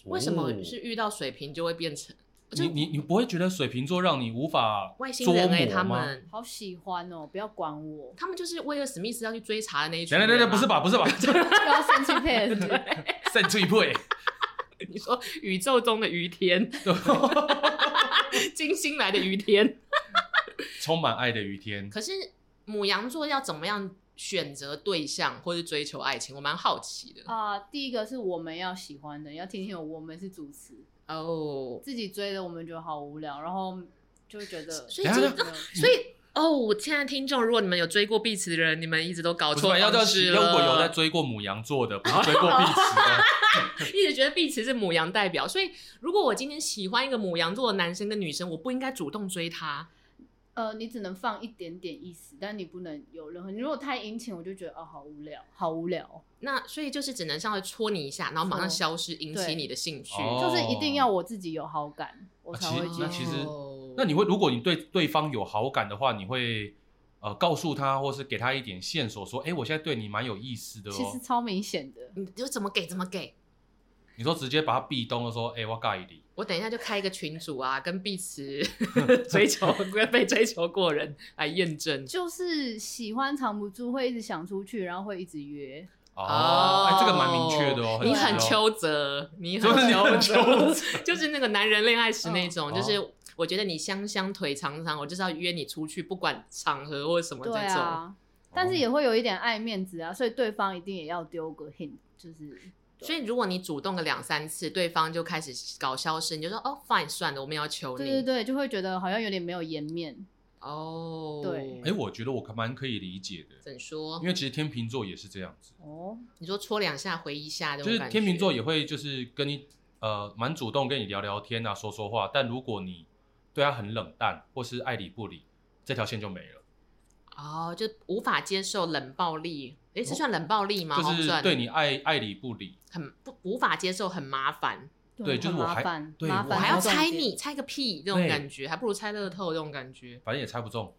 [SPEAKER 2] 为什么
[SPEAKER 1] 哦
[SPEAKER 2] 是遇到水瓶就会变成？就
[SPEAKER 1] 你你你不会觉得水瓶座让你无法
[SPEAKER 2] 外星
[SPEAKER 1] 捉
[SPEAKER 2] 人哎、
[SPEAKER 1] 摸
[SPEAKER 2] 他
[SPEAKER 1] 吗？
[SPEAKER 2] 们，
[SPEAKER 3] 好喜欢哦！不要管我
[SPEAKER 2] 他们就是威尔史密斯要去追查的那一群
[SPEAKER 1] 等
[SPEAKER 2] 人
[SPEAKER 1] 等
[SPEAKER 2] 啊。
[SPEAKER 1] 等等，不是吧？不
[SPEAKER 2] [laughs]
[SPEAKER 1] 是吧？ [laughs]
[SPEAKER 3] 不要生气配合。
[SPEAKER 1] 在最配，
[SPEAKER 2] 你说宇宙中的于天， [laughs] 金星来的于天。
[SPEAKER 1] [laughs] 充满爱的于天，
[SPEAKER 2] 可是母羊座要怎么样选择对象或是追求爱情，我蛮好奇的。
[SPEAKER 3] 啊、第一个是我们要喜欢的，要听听有我们是主持，
[SPEAKER 2] 哦，
[SPEAKER 3] 自己追的我们觉得好无聊，然后就会觉得
[SPEAKER 2] 所以
[SPEAKER 1] 等
[SPEAKER 2] 这
[SPEAKER 1] 一下
[SPEAKER 2] 个，所以哦，我亲爱的听众，如果你们有追过碧池的人，你们一直都搞
[SPEAKER 1] 不是
[SPEAKER 2] 错
[SPEAKER 1] 吧要
[SPEAKER 2] 方
[SPEAKER 1] 要
[SPEAKER 2] 式
[SPEAKER 1] 是
[SPEAKER 2] 了。
[SPEAKER 1] 如果有在追过母羊座的，不是追过碧池的，
[SPEAKER 2] [laughs] 一直觉得碧池是母羊代表，所以如果我今天喜欢一个母羊座的男生跟女生，我不应该主动追他。
[SPEAKER 3] 呃，你只能放一点点意思，但你不能有任何。你如果太殷勤，我就觉得哦，好无聊，好无聊，
[SPEAKER 2] 那所以就是只能稍微戳你一下，然后马上消
[SPEAKER 3] 戳
[SPEAKER 2] 失，引起
[SPEAKER 3] 对
[SPEAKER 2] 你的兴趣。
[SPEAKER 1] 哦
[SPEAKER 3] 就是一定要我自己有好感，我
[SPEAKER 1] 啊
[SPEAKER 3] 才
[SPEAKER 1] 其实
[SPEAKER 3] 会
[SPEAKER 1] 那
[SPEAKER 3] 接
[SPEAKER 1] 其
[SPEAKER 3] 受。
[SPEAKER 1] 实
[SPEAKER 2] 哦
[SPEAKER 1] 那你会，如果你对对方有好感的话，你会呃告诉他，或是给他一点线索，说，哎，我现在对你蛮有意思的
[SPEAKER 3] 其实
[SPEAKER 1] 哦。
[SPEAKER 3] 超明显的，
[SPEAKER 2] 你嗯就怎么给怎么给。
[SPEAKER 1] 你说直接把他壁咚了，说，哎，我尬你，
[SPEAKER 2] 我等一下就开一个群组啊，跟
[SPEAKER 1] [laughs]
[SPEAKER 2] 碧池追求被追求过人来验证。
[SPEAKER 3] 就是喜欢藏不住，会一直想出去，然后会一直约。
[SPEAKER 1] 哦，哎，这个蛮明确的哦，
[SPEAKER 2] 你
[SPEAKER 3] 很
[SPEAKER 2] 很
[SPEAKER 1] 明确哦
[SPEAKER 2] 邱泽，你
[SPEAKER 1] 真的你
[SPEAKER 2] 很
[SPEAKER 1] 很
[SPEAKER 2] 邱
[SPEAKER 1] 邱
[SPEAKER 2] 泽，就是那个男人恋爱时那种，
[SPEAKER 1] 嗯
[SPEAKER 2] 就是我觉得你香香腿长长，我就是要约你出去，不管场合或什么这
[SPEAKER 3] 对
[SPEAKER 2] 种。
[SPEAKER 3] 啊，但
[SPEAKER 1] 哦
[SPEAKER 3] 是也会有一点爱面子啊，所以对方一定也要丢个 hint，就是
[SPEAKER 2] 所以如果你主动个两三次，对方就开始搞消失，你就说哦，fine，算了，我没有要求
[SPEAKER 3] 对对
[SPEAKER 2] 你。
[SPEAKER 3] 对，就会觉得好像有点没有颜面。
[SPEAKER 2] 哦，
[SPEAKER 3] 对
[SPEAKER 1] 哎，我觉得我蛮可以理解的，
[SPEAKER 2] 怎说
[SPEAKER 1] 因？为其实天秤座也是这样子，
[SPEAKER 3] 哦，
[SPEAKER 2] 你说戳两下回一下，
[SPEAKER 1] 就是天秤座也会就是跟你呃蛮主动跟你聊聊天啊，说说话，但如果你对他很冷淡或是爱理不理，这条线就没了。
[SPEAKER 2] 哦，就无法接受冷暴力，诶，这算冷暴力吗？好
[SPEAKER 1] 就
[SPEAKER 2] 像
[SPEAKER 1] 是
[SPEAKER 2] 算
[SPEAKER 1] 对你爱爱理不理，
[SPEAKER 2] 很不无法接受，很麻烦，
[SPEAKER 1] 对就是
[SPEAKER 3] 很
[SPEAKER 1] 我
[SPEAKER 3] 麻
[SPEAKER 1] 还
[SPEAKER 3] 烦，
[SPEAKER 1] 对
[SPEAKER 3] 麻
[SPEAKER 1] 我
[SPEAKER 3] 烦
[SPEAKER 2] 我
[SPEAKER 1] 还
[SPEAKER 2] 还要
[SPEAKER 1] 要
[SPEAKER 3] 重
[SPEAKER 2] 猜
[SPEAKER 3] 点
[SPEAKER 2] 你，猜个屁这种
[SPEAKER 1] 对
[SPEAKER 2] 感觉，还不如猜乐透这种感觉。
[SPEAKER 1] 反正也猜不中。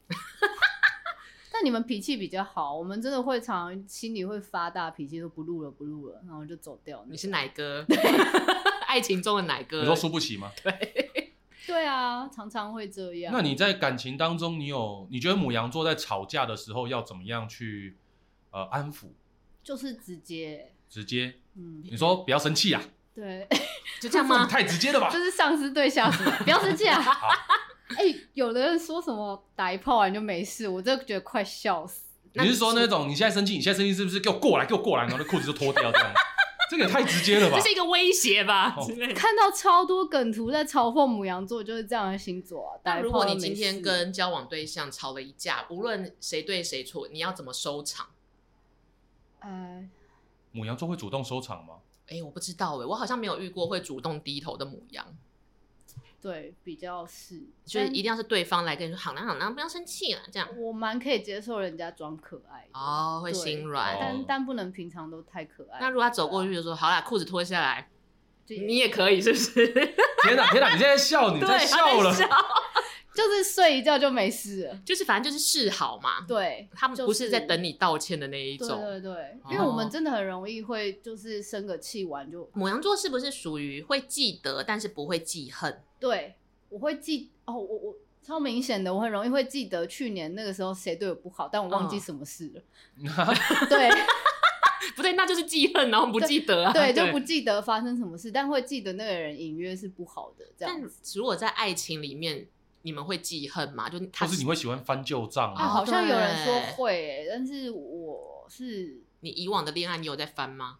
[SPEAKER 3] 但你们脾气比较好，我们真的会常心里会发大脾气，说不录了不录了，然后就走掉。
[SPEAKER 2] 你是奶哥，爱情中的奶哥。
[SPEAKER 1] 你说输不起吗？
[SPEAKER 3] 对啊，常常会这样。
[SPEAKER 1] 那你在感情当中，你有你觉得母羊座在吵架的时候要怎么样去呃安抚？
[SPEAKER 3] 就是直接，
[SPEAKER 1] 直接
[SPEAKER 3] 嗯，
[SPEAKER 1] 你说不要生气啊，
[SPEAKER 3] 对， [laughs]
[SPEAKER 2] 就这样吗？
[SPEAKER 1] 太直接了吧
[SPEAKER 3] 啊就？是上司对下属，不要生气啊。哎、有的人说什么打一炮完就没事，我真的觉得快笑死。
[SPEAKER 2] 那
[SPEAKER 1] 你是说那种你现在生气，你现在生气是不是？给我过来，给我过来，然后那裤子就脱掉这样， [laughs] 这个也太直接了吧
[SPEAKER 2] 这？是一个威胁吧
[SPEAKER 1] 啊哦
[SPEAKER 2] 之类的。
[SPEAKER 3] 看到超多梗图在嘲讽母羊座就是这样的星座啊。打
[SPEAKER 2] 但
[SPEAKER 3] 一
[SPEAKER 2] 如
[SPEAKER 3] 炮
[SPEAKER 2] 果
[SPEAKER 3] 就
[SPEAKER 2] 你
[SPEAKER 3] 没
[SPEAKER 2] 今天
[SPEAKER 3] 事
[SPEAKER 2] 跟交往对象吵了一架，无论谁对谁错，你要怎么收场？
[SPEAKER 3] 呃，
[SPEAKER 1] 母羊座会主动收场吗？
[SPEAKER 2] 哎，我不知道哎，我好像没有遇过会主动低头的母羊，
[SPEAKER 3] 对，比较是，
[SPEAKER 2] 就是
[SPEAKER 3] 但
[SPEAKER 2] 一定要是对方来跟你说好啦好啦，不要生气了这样。
[SPEAKER 3] 我蛮可以接受人家装可爱的，
[SPEAKER 2] 哦，会
[SPEAKER 3] 对
[SPEAKER 2] 心软。
[SPEAKER 1] 哦
[SPEAKER 3] 但但不能平常都太可爱。
[SPEAKER 2] 那如果他走过去就说好啦，裤子脱下来，
[SPEAKER 3] 就
[SPEAKER 2] [laughs] 你也可以是不是？
[SPEAKER 1] 天哪，天哪，你现在笑，你
[SPEAKER 2] 对，他
[SPEAKER 1] 在
[SPEAKER 2] 在
[SPEAKER 1] 笑了。
[SPEAKER 3] 就是睡一觉就没事了。
[SPEAKER 2] 就是反正就是示好嘛。
[SPEAKER 3] 对，
[SPEAKER 2] 他们
[SPEAKER 3] 就
[SPEAKER 2] 不是在 [laughs] 等你道歉的那一
[SPEAKER 3] 对
[SPEAKER 2] 种。
[SPEAKER 3] 对对，
[SPEAKER 2] 哦
[SPEAKER 3] 因为我们真的很容易会就是生个气完就
[SPEAKER 2] 母羊座是不是属于会记得，但是不会记恨？ [laughs]
[SPEAKER 3] 对，我会记哦，我我超明显的，我很容易会记得去年那个时候谁对我不好，但我忘记
[SPEAKER 2] 嗯
[SPEAKER 3] 什么事了。
[SPEAKER 1] 那
[SPEAKER 2] [laughs]
[SPEAKER 3] 对
[SPEAKER 2] 不对，那就是记恨，然后不记得啊。 [laughs]
[SPEAKER 3] 对，就不记得发生什么事，但会记得那个人隐约是不好的这
[SPEAKER 2] 但
[SPEAKER 3] 样子。
[SPEAKER 2] 如果在爱情里面，你们会记恨吗？就他
[SPEAKER 1] 或是你会喜欢翻旧账
[SPEAKER 3] 啊，
[SPEAKER 1] 啊？
[SPEAKER 3] 好像有人说
[SPEAKER 2] 对
[SPEAKER 3] 会欸、但是我是
[SPEAKER 2] 你以往的恋爱，你有在翻吗？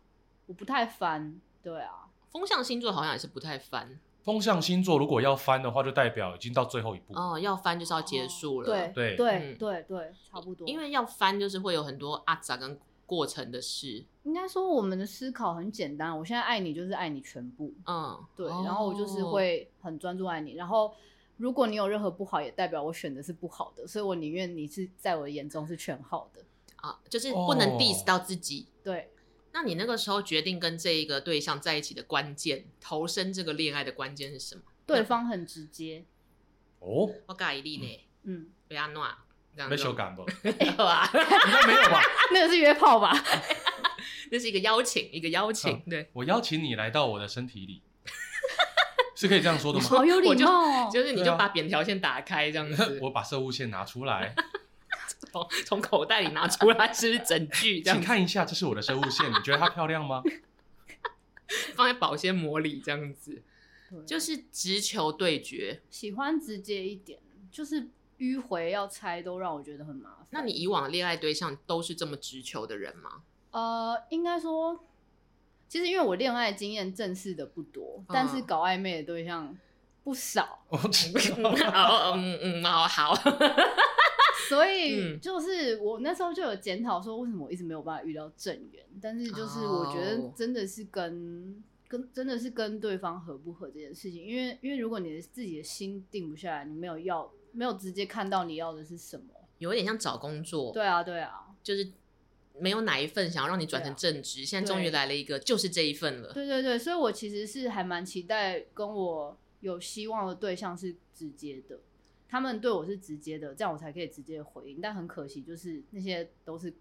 [SPEAKER 3] 我不太翻。对啊，
[SPEAKER 2] 风象星座好像也是不太翻
[SPEAKER 1] 风象星座如果要翻的话，就代表已经到最后一步。
[SPEAKER 2] 哦，要翻就是要结束了。
[SPEAKER 3] 对
[SPEAKER 1] 对
[SPEAKER 3] 对
[SPEAKER 2] 嗯
[SPEAKER 3] 对对，差不多。
[SPEAKER 2] 因为要翻就是会有很多阿杂跟过程的事。
[SPEAKER 3] 应该说我们的思考很简单，我现在爱你就是爱你全部，
[SPEAKER 2] 嗯，
[SPEAKER 3] 对，
[SPEAKER 2] 哦
[SPEAKER 3] 然后我就是会很专注爱你，然后。如果你有任何不好，也代表我选的是不好的，所以我宁愿你是在我眼中是全好的。
[SPEAKER 2] 啊，就是不能
[SPEAKER 1] 哦
[SPEAKER 2] diss 到自己。
[SPEAKER 3] 对，
[SPEAKER 2] 那你那个时候决定跟这一个对象在一起的关键，投身这个恋爱的关键是什么？
[SPEAKER 3] 对方很直接，
[SPEAKER 1] 哦，
[SPEAKER 2] 我介意你呢，
[SPEAKER 3] 嗯，
[SPEAKER 2] 不要弄啊，这样
[SPEAKER 1] 没
[SPEAKER 2] 子
[SPEAKER 1] 修改吧？
[SPEAKER 2] 有啊，
[SPEAKER 1] [laughs] 应该没有吧？
[SPEAKER 3] 那啊个是约炮吧？
[SPEAKER 2] 那是一个邀请，一个邀请
[SPEAKER 1] 啊，
[SPEAKER 2] 对，
[SPEAKER 1] 我邀请你来到我的身体里， [laughs] 是可以这样说的吗？
[SPEAKER 3] 好有
[SPEAKER 2] [laughs] 我
[SPEAKER 3] 礼
[SPEAKER 2] 就
[SPEAKER 3] 貌哦，
[SPEAKER 2] 就是你
[SPEAKER 1] 对
[SPEAKER 2] 就
[SPEAKER 1] 啊，
[SPEAKER 2] 把扁条线打开这样子
[SPEAKER 1] 我把射物线拿出
[SPEAKER 2] [laughs]
[SPEAKER 1] 来，
[SPEAKER 2] 从从口袋里拿出来， [laughs] 是不是整句这
[SPEAKER 1] 请
[SPEAKER 2] 样子，
[SPEAKER 1] 看一下，这是我的射物线，你觉得它漂亮
[SPEAKER 2] [laughs]
[SPEAKER 1] 吗？
[SPEAKER 2] 放在保鲜膜里这样子，
[SPEAKER 3] 对
[SPEAKER 2] 就是直球对决。
[SPEAKER 3] 喜欢直接一点，就是迂回要猜都让我觉得很麻烦。
[SPEAKER 2] 那你以往的恋爱对象都是这么直球的人
[SPEAKER 3] [laughs]
[SPEAKER 2] 吗？
[SPEAKER 3] 呃，应该说，其实因为我恋爱经验正式的不多，但是
[SPEAKER 2] 嗯
[SPEAKER 3] 搞暧昧的对象不少，
[SPEAKER 1] 我知
[SPEAKER 2] [laughs]
[SPEAKER 1] 道
[SPEAKER 2] 好，嗯嗯，好好， [laughs]
[SPEAKER 3] 所以
[SPEAKER 2] 嗯
[SPEAKER 3] 就是我那时候就有检讨说，为什么我一直没有办法遇到正缘？但是就是我觉得
[SPEAKER 2] 哦
[SPEAKER 3] 真的是跟。跟真的是跟对方合不合这件事情，因为因为如果你的自己的心定不下来，你没有要没有直接看到你要的是什么，
[SPEAKER 2] 有一点像找工作，
[SPEAKER 3] 对啊对啊，
[SPEAKER 2] 就是没有哪一份想要让你转成正职，现在终于
[SPEAKER 3] 对
[SPEAKER 2] 来了一个，就是这一份了。
[SPEAKER 3] 对对对，所以我其实是还蛮期待跟我有希望的对象是直接的，他们对我是直接的，这样我才可以直接回应。但很可惜，就是那些都是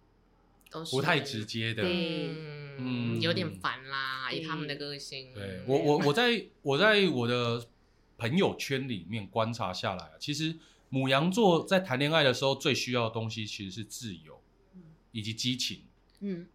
[SPEAKER 2] 都是
[SPEAKER 1] 不太直接的。
[SPEAKER 3] 对
[SPEAKER 2] 嗯，
[SPEAKER 1] 嗯
[SPEAKER 2] 有点烦啦，以他们的
[SPEAKER 3] 对
[SPEAKER 2] 个性。
[SPEAKER 1] 对我我我在我在我的朋友圈里面观察下来啊，其实母羊座在谈恋爱的时候最需要的东西其实是自由
[SPEAKER 3] 嗯
[SPEAKER 1] 以及激情。
[SPEAKER 3] 嗯，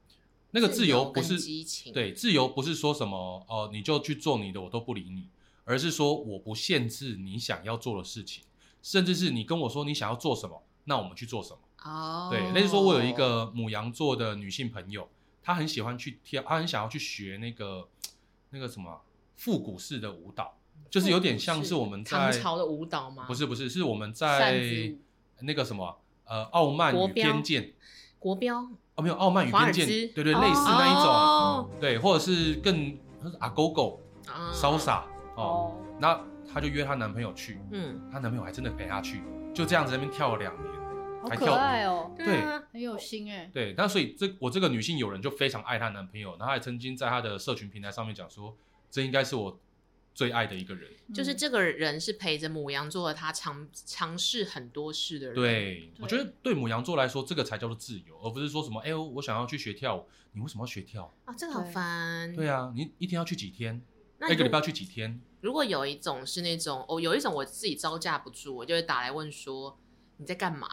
[SPEAKER 1] 那个自由不
[SPEAKER 2] 跟
[SPEAKER 1] 是
[SPEAKER 2] 激情，，
[SPEAKER 1] 对自由不是说什么哦、呃你就去做你的，我都不理你，而是说我不限制你想要做的事情，甚至是你跟我说你想要做什么，那我们去做什么。
[SPEAKER 2] 哦，
[SPEAKER 1] 对，类似说我有一个母羊座的女性朋友，她很喜欢去跳，她很想要去学那个那个什么啊复古式的舞蹈，就是有点像是我们
[SPEAKER 2] 哦唐
[SPEAKER 1] 在
[SPEAKER 2] 朝的舞蹈吗？
[SPEAKER 1] 不是不是是我们
[SPEAKER 3] 扇
[SPEAKER 1] 在
[SPEAKER 3] 子舞
[SPEAKER 1] 那个什么啊呃《傲慢
[SPEAKER 2] 国
[SPEAKER 1] 与
[SPEAKER 2] 标
[SPEAKER 1] 偏见》
[SPEAKER 2] 国标
[SPEAKER 1] 哦，没有《傲慢与
[SPEAKER 2] 华
[SPEAKER 1] 偏
[SPEAKER 2] 尔
[SPEAKER 1] 见
[SPEAKER 2] 兹》，
[SPEAKER 1] 对对，
[SPEAKER 3] 哦
[SPEAKER 1] 类似那一种，
[SPEAKER 2] 哦，
[SPEAKER 1] 对，或者是更她是阿狗狗、
[SPEAKER 2] 啊
[SPEAKER 1] 潇，洒哦，
[SPEAKER 3] 哦，
[SPEAKER 1] 那她就约她男朋友去，
[SPEAKER 2] 嗯，
[SPEAKER 1] 她男朋友还真的陪她去，就这样子在那边跳了两年，
[SPEAKER 2] 嗯
[SPEAKER 3] 好
[SPEAKER 1] 还
[SPEAKER 3] 可
[SPEAKER 1] 跳舞
[SPEAKER 3] 爱哦、
[SPEAKER 2] 对啊，
[SPEAKER 3] 很有心哎、
[SPEAKER 1] 对，那所以这我这个女性友人就非常爱她男朋友，然后她还曾经在她的社群平台上面讲说，这应该是我最爱的一个人。
[SPEAKER 3] 嗯
[SPEAKER 2] 就是这个人是陪着母羊座的他尝尝试很多事的人。，
[SPEAKER 1] 对，我觉得对母羊座来说，这个才叫做自由，而不是说什么，哎、呦，我想要去学跳舞，你为什么要学跳舞？
[SPEAKER 2] 啊，这个好烦。
[SPEAKER 1] 对啊，你一天要去几天？
[SPEAKER 2] 嗯那
[SPEAKER 1] 一个
[SPEAKER 2] 如
[SPEAKER 1] 礼拜要去几天？
[SPEAKER 2] 如果有一种是那种哦，有一种我自己招架不住，我就会打来问说你在干嘛？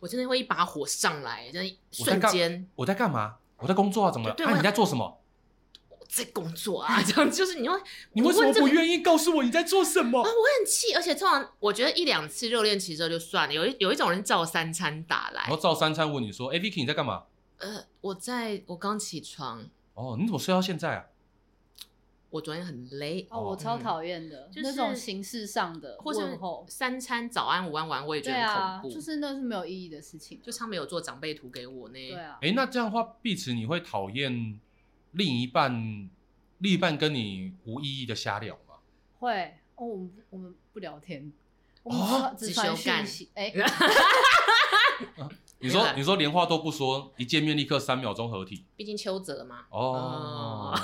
[SPEAKER 2] 我真的会一把火上来，真的
[SPEAKER 1] 我在
[SPEAKER 2] 瞬
[SPEAKER 1] 干
[SPEAKER 2] 间
[SPEAKER 1] 我在干嘛？我在工作啊，怎么了？
[SPEAKER 2] 对对
[SPEAKER 1] 啊，
[SPEAKER 2] 我
[SPEAKER 1] 你在做什么？
[SPEAKER 2] 我在工作啊，这样就是你会
[SPEAKER 1] 你为什么
[SPEAKER 2] 问这个
[SPEAKER 1] 不愿意告诉我你在做什么
[SPEAKER 2] 啊，？我很气，而且通常我觉得一两次热恋期之后就算了，有一有一种人照三餐打来
[SPEAKER 1] 然，后照三餐问你说，哎、v i c k y 你在干嘛？
[SPEAKER 2] 呃，我在我刚起床，
[SPEAKER 1] 哦，你怎么睡到现在啊？
[SPEAKER 2] 我昨天很累，
[SPEAKER 3] 哦，我超讨厌的、
[SPEAKER 2] 嗯就是
[SPEAKER 3] 那种形式上的
[SPEAKER 2] 或是
[SPEAKER 3] 问候，
[SPEAKER 2] 三餐早安、午安、晚安，我也觉
[SPEAKER 3] 对
[SPEAKER 2] 得很
[SPEAKER 3] 啊，
[SPEAKER 2] 恐怖。
[SPEAKER 3] 就是那是没有意义的事情、
[SPEAKER 2] 就是他们有做长辈图给我呢，
[SPEAKER 3] 对啊，
[SPEAKER 1] 哎、那这样的话，碧池你会讨厌另一半，另一半跟你无意义的瞎聊吗？
[SPEAKER 3] 会哦，我们不我们不聊天，我们
[SPEAKER 1] 哦
[SPEAKER 3] 只
[SPEAKER 2] 只
[SPEAKER 3] 传
[SPEAKER 2] 修
[SPEAKER 3] 讯
[SPEAKER 2] 干
[SPEAKER 3] 息，
[SPEAKER 2] [laughs]
[SPEAKER 3] 哎、
[SPEAKER 1] 你
[SPEAKER 2] 没
[SPEAKER 1] 说
[SPEAKER 2] 有
[SPEAKER 1] 你说连话都不说，一见面立刻三秒钟合体
[SPEAKER 2] 毕竟邱泽嘛，
[SPEAKER 1] 哦
[SPEAKER 2] 哦。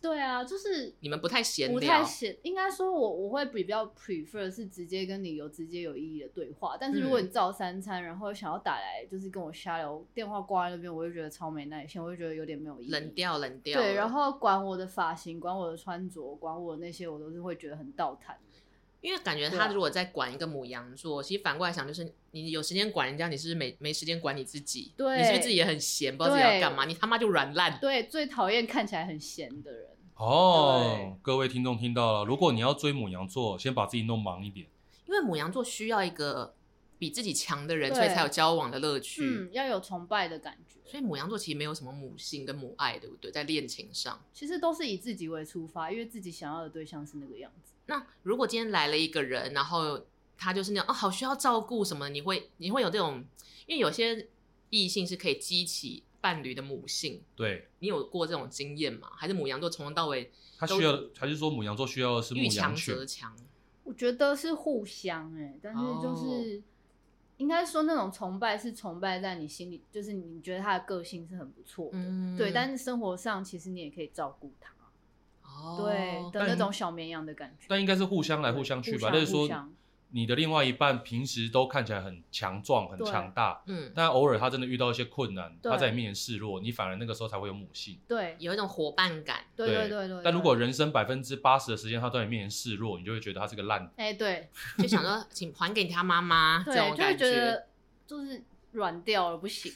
[SPEAKER 3] 对啊，就是
[SPEAKER 2] 你们不太闲
[SPEAKER 3] 不
[SPEAKER 2] 聊
[SPEAKER 3] 太闲，应该说我我会比较 prefer 是直接跟你有直接有意义的对话，但是如果
[SPEAKER 2] 嗯
[SPEAKER 3] 你照三餐，然后想要打来就是跟我瞎聊，电话挂在那边，我就觉得超没耐心，我就觉得有点没有意义。
[SPEAKER 2] 冷掉冷掉了。
[SPEAKER 3] 对，然后管我的发型，管我的穿着，管我那些，我都是会觉得很倒谈。
[SPEAKER 2] 因为感觉
[SPEAKER 3] 对
[SPEAKER 2] 他
[SPEAKER 3] 啊
[SPEAKER 2] 如果在管一个母羊座，其实反过来想，就是你有时间管人家，你是不是没没时间管你自己？
[SPEAKER 3] 对
[SPEAKER 2] 你是不是自己也很闲，不知道自己要干嘛？你他妈就软烂。
[SPEAKER 3] 对，最讨厌看起来很闲的人。
[SPEAKER 1] [laughs] 哦，各位听众听到了，如果你要追母羊座，先把自己弄忙一点。
[SPEAKER 2] 因为母羊座需要一个比自己强的人，
[SPEAKER 3] 对
[SPEAKER 2] 所以才有交往的乐趣。
[SPEAKER 3] 嗯，要有崇拜的感觉。
[SPEAKER 2] 所以母羊座其实没有什么母性跟母爱，对不对？在恋情上，
[SPEAKER 3] 其实都是以自己为出发，因为自己想要的对象是那个样子。
[SPEAKER 2] 那如果今天来了一个人，然后他就是那种哦，好需要照顾什么，你会你会有这种，因为有些异性是可以激起伴侣的母性，
[SPEAKER 1] 对，
[SPEAKER 2] 你有过这种经验吗？还是母羊座从头到尾
[SPEAKER 1] 他需要的还是说母羊座需要的是牧
[SPEAKER 2] 遇
[SPEAKER 1] 羊
[SPEAKER 2] 强
[SPEAKER 1] 犬
[SPEAKER 2] 则强？
[SPEAKER 3] 我觉得是互相哎、但是
[SPEAKER 1] 哦
[SPEAKER 3] 就是、应该说那种崇拜是崇拜在你心里，就是你觉得他的个性是很不错的，
[SPEAKER 2] 嗯
[SPEAKER 3] 对。但是生活上其实你也可以照顾他，
[SPEAKER 2] 哦，
[SPEAKER 3] 对的
[SPEAKER 1] 但
[SPEAKER 3] 那种小绵羊的感觉。
[SPEAKER 1] 但应该是互相来互相去吧。
[SPEAKER 3] 互相
[SPEAKER 1] 但是说
[SPEAKER 3] 互相，
[SPEAKER 1] 你的另外一半平时都看起来很强壮、很
[SPEAKER 3] 对
[SPEAKER 1] 强大，
[SPEAKER 2] 嗯，
[SPEAKER 1] 但偶尔他真的遇到一些困难，
[SPEAKER 3] 对
[SPEAKER 1] 他在你面前示弱，你反而那个时候才会有母性。
[SPEAKER 3] 对
[SPEAKER 2] 有一种伙伴感，
[SPEAKER 3] 对对对
[SPEAKER 2] 啊
[SPEAKER 3] 对。
[SPEAKER 1] 但如果
[SPEAKER 3] 对
[SPEAKER 1] 人生百分之八十的时间他都在你面前示弱，你就会觉得他是个
[SPEAKER 2] [laughs]
[SPEAKER 1] 烂。
[SPEAKER 3] 哎、
[SPEAKER 1] [laughs]
[SPEAKER 3] 对
[SPEAKER 2] 就想说请还给他妈妈这
[SPEAKER 3] [laughs] 对，
[SPEAKER 2] 种
[SPEAKER 3] 就会
[SPEAKER 2] 感
[SPEAKER 3] 觉得就是软掉了不行。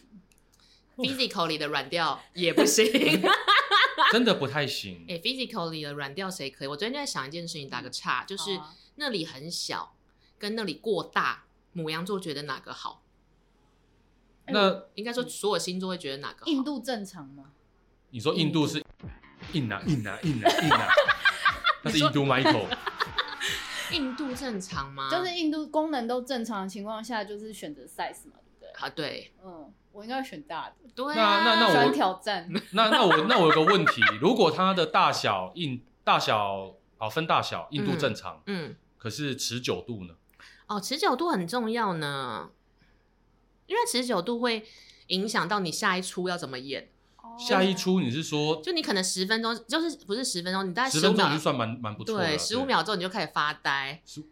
[SPEAKER 2] ，physically 的软掉也不
[SPEAKER 3] [laughs]
[SPEAKER 2] 行。
[SPEAKER 1] 真的不太行
[SPEAKER 2] 啊 [laughs] 哎、。p h y s i c a l l y 的软掉谁可以？我昨天就在想一件事情，打个岔，就是。
[SPEAKER 3] 好啊
[SPEAKER 2] 那里很小，跟那里过大，母羊座觉得哪个好？
[SPEAKER 3] 哎
[SPEAKER 1] 那
[SPEAKER 2] 应该说所有星座会觉得哪个好？
[SPEAKER 3] 印度正常吗？
[SPEAKER 1] 你说印度是硬啊硬啊硬啊硬
[SPEAKER 2] [laughs]
[SPEAKER 1] 啊，那是印度 Michael。
[SPEAKER 2] 印度正常
[SPEAKER 1] 啊
[SPEAKER 2] 吗？
[SPEAKER 3] 就是印度功能都正常的情况下，就是选择 size 嘛，对不对？
[SPEAKER 2] 啊，对
[SPEAKER 3] 嗯，我应该选大的，
[SPEAKER 2] 对啊，
[SPEAKER 1] 那那
[SPEAKER 3] 喜
[SPEAKER 1] 我
[SPEAKER 3] 欢挑战。
[SPEAKER 1] 那那我那我有个问题，如果它的大小印大小好分大小，印度正常，
[SPEAKER 2] 嗯
[SPEAKER 1] 可是持久度呢？
[SPEAKER 2] 哦，持久度很重要呢，因为持久度会影响到你下一出要怎么演。
[SPEAKER 1] 下一出你是说
[SPEAKER 2] 就你可能十分钟，就是不是十分钟，你大概
[SPEAKER 1] 十
[SPEAKER 2] 十五
[SPEAKER 1] 分钟已
[SPEAKER 2] 秒
[SPEAKER 1] 经，算蛮蛮不错的了，
[SPEAKER 2] 对，十五秒之后你就开始发呆
[SPEAKER 1] 15，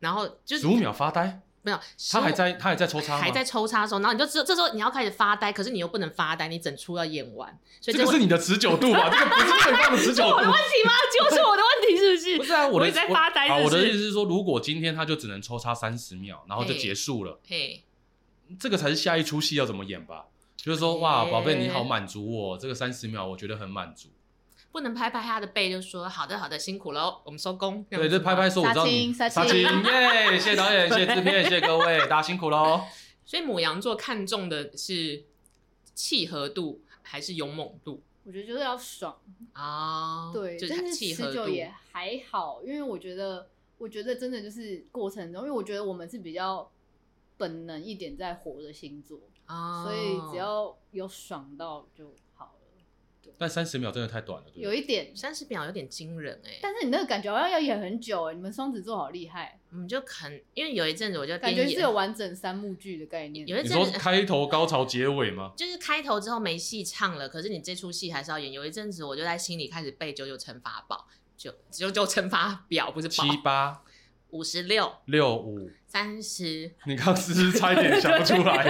[SPEAKER 2] 然后
[SPEAKER 1] 对，
[SPEAKER 2] 就是
[SPEAKER 1] 十五秒发呆，
[SPEAKER 2] 没有，
[SPEAKER 1] 他还
[SPEAKER 2] 15
[SPEAKER 1] 在他还在抽插吗？
[SPEAKER 2] 还在抽插的时候，然后你就知这时候你要开始发呆，可是你又不能发呆，你整出要演完，所以
[SPEAKER 1] 这
[SPEAKER 2] 这
[SPEAKER 1] 个是你的持久度吧？这个不是最棒的持久
[SPEAKER 2] 我的
[SPEAKER 1] 度
[SPEAKER 2] 问。题吗？就是我的问题是不是？
[SPEAKER 1] 不是啊，我
[SPEAKER 2] [laughs] 我
[SPEAKER 1] 的
[SPEAKER 2] 也在发呆
[SPEAKER 1] 我啊，
[SPEAKER 2] 是
[SPEAKER 1] 我
[SPEAKER 2] 不是
[SPEAKER 1] 的意思是说，如果今天他就只能抽插三十秒，然后
[SPEAKER 2] 哎
[SPEAKER 1] 就结束了，
[SPEAKER 2] 嘿，
[SPEAKER 1] 这个才是下一出戏要怎么演吧？就是说，哇，
[SPEAKER 2] 嘿
[SPEAKER 1] 宝贝你好满足我，这个三十秒我觉得很满足。
[SPEAKER 2] 不能拍拍他的背，就说好的好的，辛苦喽，我们收工。这样
[SPEAKER 1] 对，
[SPEAKER 2] 子
[SPEAKER 1] 就
[SPEAKER 2] 吗
[SPEAKER 1] 拍拍。说我知道你，
[SPEAKER 3] 杀青
[SPEAKER 1] 杀
[SPEAKER 3] 杀
[SPEAKER 1] 青
[SPEAKER 3] 青
[SPEAKER 1] 耶！谢谢导演，谢谢制片，谢谢各
[SPEAKER 3] [laughs]
[SPEAKER 1] 位，大家辛苦喽。
[SPEAKER 2] 所以母羊座看重的是契合度还是勇猛度
[SPEAKER 3] 我觉得就是要爽，
[SPEAKER 2] 啊？
[SPEAKER 3] 对，
[SPEAKER 2] 就
[SPEAKER 3] 但
[SPEAKER 2] 是
[SPEAKER 3] 是
[SPEAKER 2] 契合
[SPEAKER 3] 持
[SPEAKER 2] 度
[SPEAKER 3] 久。也还好，因为我觉得，我觉得真的就是过程中，因为我觉得我们是比较本能一点在活的星座，
[SPEAKER 2] 啊
[SPEAKER 3] 所以只要有爽到就好了。久，
[SPEAKER 1] 但三十秒真的太短了，对不
[SPEAKER 3] 有
[SPEAKER 1] 对？
[SPEAKER 3] 一点。
[SPEAKER 2] 三十秒有点惊人哎、
[SPEAKER 3] 但是你那个感觉好像要演很久哎、你们双子座好厉害，
[SPEAKER 2] 我们就很，因为有一阵子我就
[SPEAKER 3] 感
[SPEAKER 2] 边
[SPEAKER 3] 觉
[SPEAKER 2] 演
[SPEAKER 3] 是有完整三幕剧的概念。
[SPEAKER 2] 有一
[SPEAKER 1] 你
[SPEAKER 2] 阵子
[SPEAKER 1] 说开头高潮结尾吗？
[SPEAKER 2] 就是开头之后没戏唱了，可是你这出戏还是要演。有一阵子我就在心里开始背九九乘法宝，九九九乘法表不是
[SPEAKER 1] 七
[SPEAKER 2] 宝，
[SPEAKER 1] 八
[SPEAKER 2] 五十六、
[SPEAKER 1] 六五，
[SPEAKER 2] 三十， [laughs]
[SPEAKER 1] 你刚是不是差一点想不出来？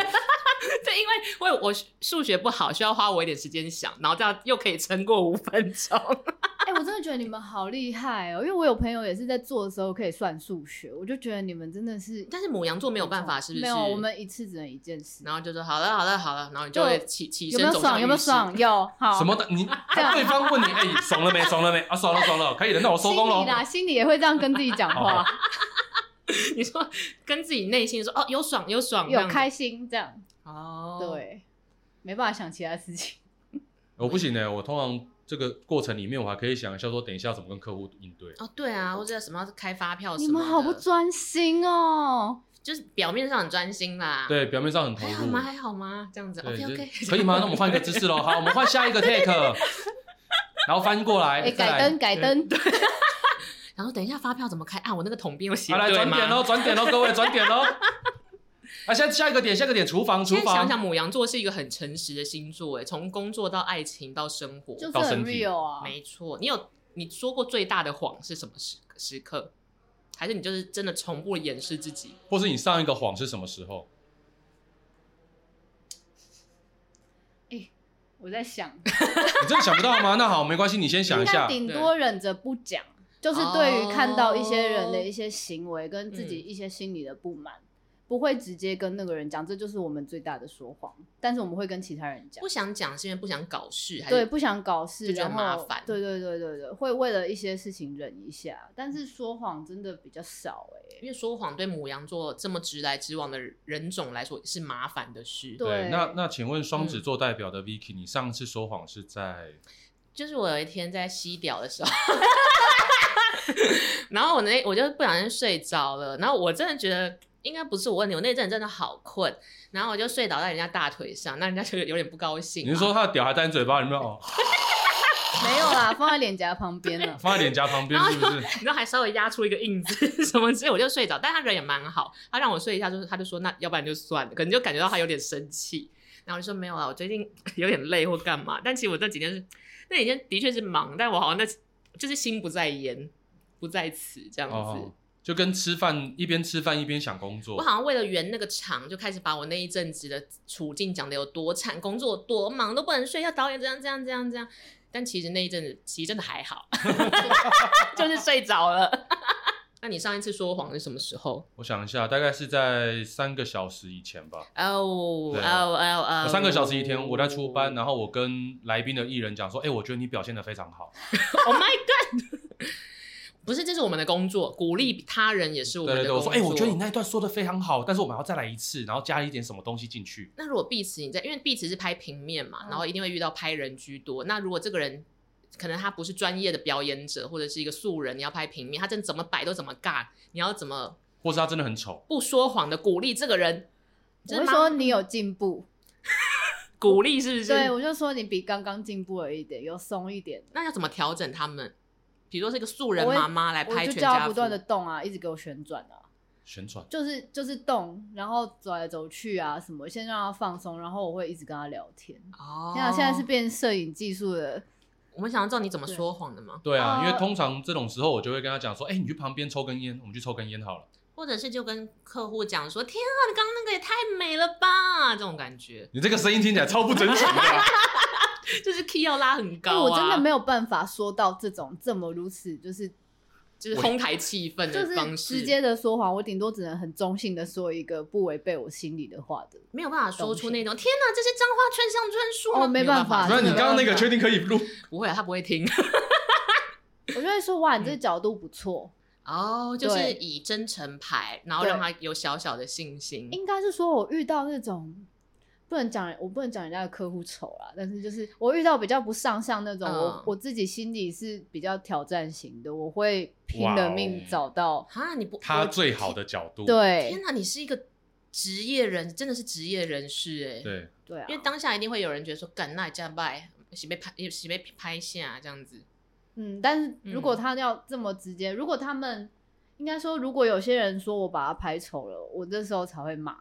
[SPEAKER 2] 对，因为我有我数学不好，需要花我一点时间想，然后这样又可以撑过五分钟。 [laughs]
[SPEAKER 3] 哎、我真的觉得你们好厉害哦，因为我有朋友也是在做的时候可以算数学，我就觉得你们真的是
[SPEAKER 2] 但是母羊座没有办法，是不是？
[SPEAKER 3] 没有，我们一次只能一件事。
[SPEAKER 2] 然后就说好了，好了，好了，然后你就会起起
[SPEAKER 3] 有
[SPEAKER 2] 身
[SPEAKER 3] 没有
[SPEAKER 2] 走向
[SPEAKER 3] 爽？有没有爽？
[SPEAKER 2] 浴室？
[SPEAKER 3] 有 [laughs] 好
[SPEAKER 1] 什么的？你对方问你，哎、爽了没？爽了没？啊，爽了，爽了，可以了，哦那我收
[SPEAKER 3] 心
[SPEAKER 1] 工喽
[SPEAKER 3] 里。啦，心里也会这样跟自己讲话，
[SPEAKER 2] [laughs] 你说跟自己内心说哦，有爽有爽，这
[SPEAKER 3] 有
[SPEAKER 2] 样子
[SPEAKER 3] 开心这样，
[SPEAKER 2] 哦，，
[SPEAKER 3] 对，没办法想其他事情。
[SPEAKER 1] 我不行的、我通常这个过程里面，我还可以想一下说，等一下怎么跟客户应对。
[SPEAKER 2] 哦对啊，或者什么要开发哦票什
[SPEAKER 3] 你
[SPEAKER 2] 么的，
[SPEAKER 3] 们好不专心哦，
[SPEAKER 2] 就是表面上很专心啦，，
[SPEAKER 1] 对，表面上很投
[SPEAKER 3] 哎
[SPEAKER 2] 还好
[SPEAKER 1] 入
[SPEAKER 2] 吗？。哎还好吗？这样子，OK
[SPEAKER 1] 对，
[SPEAKER 2] OK，
[SPEAKER 1] 就可以
[SPEAKER 2] [laughs]
[SPEAKER 1] 吗？那我们换一个姿势喽。好，我们换下一个 take，然后翻过来，
[SPEAKER 3] 哎，
[SPEAKER 1] 再
[SPEAKER 3] 改
[SPEAKER 1] 来
[SPEAKER 3] 灯改。灯，
[SPEAKER 2] 然后等一下发票怎么开啊？我那个桶边有写
[SPEAKER 1] 好，来
[SPEAKER 2] 对
[SPEAKER 1] 转点
[SPEAKER 2] 吗
[SPEAKER 1] 喽，？转点喽，各位转点喽。啊，现在下一个点，下一个点，厨房，厨
[SPEAKER 2] 现在想
[SPEAKER 1] 房。
[SPEAKER 2] 想，母羊座是一个很诚实的星座，哎，从工作到爱情到生活，
[SPEAKER 3] 就是
[SPEAKER 1] 到
[SPEAKER 3] 很
[SPEAKER 1] 身体
[SPEAKER 3] real 啊。
[SPEAKER 2] 没错。你有你说过最大的谎是什么时时刻？还是你就是真的重复掩饰自己？
[SPEAKER 1] 或是你上一个谎是什么时候？ [laughs]
[SPEAKER 3] 我在想，
[SPEAKER 1] 你真的想不到吗？那好，没关系，你先想
[SPEAKER 3] 应
[SPEAKER 1] 一
[SPEAKER 3] 该
[SPEAKER 1] 下。
[SPEAKER 3] 顶多忍着不讲，就是对于看到一些人的一些行为跟自己
[SPEAKER 2] 嗯
[SPEAKER 3] 一些心里的不满。不会直接跟那个人讲，这就是我们最大的说谎。但是我们会跟其他人讲
[SPEAKER 2] 不，想讲是因为不想搞事，还是
[SPEAKER 3] 对，不想搞事，
[SPEAKER 2] 就觉得
[SPEAKER 3] 然后
[SPEAKER 2] 麻烦
[SPEAKER 3] 对对对对对，会为了一些事情忍一下，但是说谎真的比较少哎、
[SPEAKER 2] 因为说谎对母羊座这么直来直往的人种来说是麻烦的事。
[SPEAKER 3] 对嗯
[SPEAKER 1] 那那请问双子座代表的 Vicky，你上次说谎是在
[SPEAKER 2] 就是我有一天在吸屌的时候， [laughs] 然后我那我就不小心睡着了，然后我真的觉得应该不是我问题，我那阵真的好困，然后我就睡倒在人家大腿上，那人家就有点不高兴啊嘛。
[SPEAKER 1] 你是说他的屌还在你嘴巴里面
[SPEAKER 3] [laughs]
[SPEAKER 1] 哦，。
[SPEAKER 3] 没有啦，放在脸颊旁边了
[SPEAKER 1] 放在脸颊旁边是不是？
[SPEAKER 2] 你知道还稍微压出一个印子 [laughs] 什么之类，我就睡着。但他人也蛮好，他让我睡一下，就是他就说那要不然就算了，可能就感觉到他有点生气。然后我就说没有啊，我最近 [laughs] 有点累或干嘛。但其实我这几天是那几天的确是忙，但我好像那就是心不在焉，不在此这样子。
[SPEAKER 1] 哦，就跟吃饭一边吃饭一边想工
[SPEAKER 2] 我
[SPEAKER 1] 作。
[SPEAKER 2] 好像为了圆那个场，就开始把我那一阵子的处境讲的有多惨，工作有多忙，都不能睡，要导演这样这样这样这样。但其实那一阵子其实真的还好，
[SPEAKER 1] [laughs]
[SPEAKER 2] 就是睡着了。那你上一次说谎是什么时候？
[SPEAKER 1] 我想一下，大概是在三个小时以前吧。
[SPEAKER 2] 哦哦
[SPEAKER 1] 对
[SPEAKER 2] 哦
[SPEAKER 1] 我三个小时以前我在出班，然后我跟来宾的艺人讲说，哎、我觉得你表现的非常好。
[SPEAKER 2] Oh my god！不是，这是我们的工作，鼓励他人也是我
[SPEAKER 1] 对
[SPEAKER 2] 们
[SPEAKER 1] 对
[SPEAKER 2] 的
[SPEAKER 1] 对，
[SPEAKER 2] 工
[SPEAKER 1] 我
[SPEAKER 2] 作。
[SPEAKER 1] 说，哎、我觉得你那一段说的非常好，但是我们要再来一次，然后加一点什么东西进去。
[SPEAKER 2] 那如果碧池你在，因为碧池是拍平面嘛，
[SPEAKER 3] 嗯
[SPEAKER 2] 然后一定会遇到拍人居多。那如果这个人可能他不是专业的表演者，或者是一个素人，你要拍平面，他真的怎么摆都怎么尬，你要怎么
[SPEAKER 1] 或是他真的很丑，
[SPEAKER 2] 不说谎的鼓励这个人？[laughs]
[SPEAKER 3] 我
[SPEAKER 2] 真
[SPEAKER 3] 会
[SPEAKER 2] 的
[SPEAKER 3] 说
[SPEAKER 2] 吗
[SPEAKER 3] 你有进步，
[SPEAKER 2] 鼓励是不是？
[SPEAKER 3] 对我就说你比刚刚进步了一点，有松一点。
[SPEAKER 2] 那要怎么调整他们？比如说是一个素人
[SPEAKER 3] 我会
[SPEAKER 2] 妈妈来
[SPEAKER 3] 我
[SPEAKER 2] 拍
[SPEAKER 3] 就
[SPEAKER 2] 全
[SPEAKER 3] 叫
[SPEAKER 2] 家
[SPEAKER 3] 他
[SPEAKER 2] 福
[SPEAKER 3] 不，断的动啊，一直给我旋转啊，
[SPEAKER 1] 旋转。
[SPEAKER 2] 哦
[SPEAKER 3] 就是就是动，然后走来走去啊什么，先让他放松，然后我会一直跟他聊天。
[SPEAKER 2] 哦
[SPEAKER 3] 天啊，现在是变摄影技术的，
[SPEAKER 2] 我们想要知道你怎么说谎的吗？
[SPEAKER 1] 对啊，
[SPEAKER 3] 哦
[SPEAKER 1] 因为通常这种时候我就会跟他讲说，哎、你去旁边抽根烟，我们去抽根烟好了。
[SPEAKER 2] 或者是就跟客户讲说：“天啊，你刚刚那个也太美了吧！”这种感觉
[SPEAKER 1] 你这个
[SPEAKER 2] [laughs]
[SPEAKER 1] 声音听起来超不真诚的啊、
[SPEAKER 2] 就是 key 要拉很
[SPEAKER 3] 因为
[SPEAKER 2] 高、啊、
[SPEAKER 3] 哎我真的没有办法说到这种这么如此就是
[SPEAKER 2] 就是烘抬气氛
[SPEAKER 3] 就
[SPEAKER 2] 的方
[SPEAKER 3] 是
[SPEAKER 2] 式，
[SPEAKER 3] 直接的说谎，我顶多只能很中性的说一个不违背我心里的话的。
[SPEAKER 2] 没有办法说出那种天哪，这是脏话村上春树吗？
[SPEAKER 3] 哦没
[SPEAKER 2] 办
[SPEAKER 3] 办法
[SPEAKER 1] 不然你刚刚那个
[SPEAKER 3] 真的
[SPEAKER 1] 确定可以录？
[SPEAKER 2] 不会啊，他不会听 [laughs]
[SPEAKER 3] 我就会说哇，你
[SPEAKER 2] 嗯
[SPEAKER 3] 这角度不错，
[SPEAKER 2] 哦，就是
[SPEAKER 3] 对
[SPEAKER 2] 以真诚牌，然后让他有小小的信心。
[SPEAKER 3] 应该是说我遇到那种不能讲，我不能讲人家的客户丑啦，但是就是我遇到比较不上相那种，
[SPEAKER 2] 嗯
[SPEAKER 3] 我我自己心里是比较挑战型的，我会拼
[SPEAKER 1] 哇哦
[SPEAKER 3] 了命找到。
[SPEAKER 2] 啊，你不
[SPEAKER 1] 他
[SPEAKER 2] 我
[SPEAKER 1] 最好的角度。
[SPEAKER 3] 对
[SPEAKER 2] 天哪，你是一个职业人，真的是职业人士哎。
[SPEAKER 1] 对，
[SPEAKER 3] 对啊
[SPEAKER 2] 因，为当下一定会有人觉得说，干那加拜，是被拍，也是被拍下这样子。
[SPEAKER 3] 嗯，但是如果他要这么直接，如果他们应该说，如果有些人说我把他拍丑了，我这时候才会骂。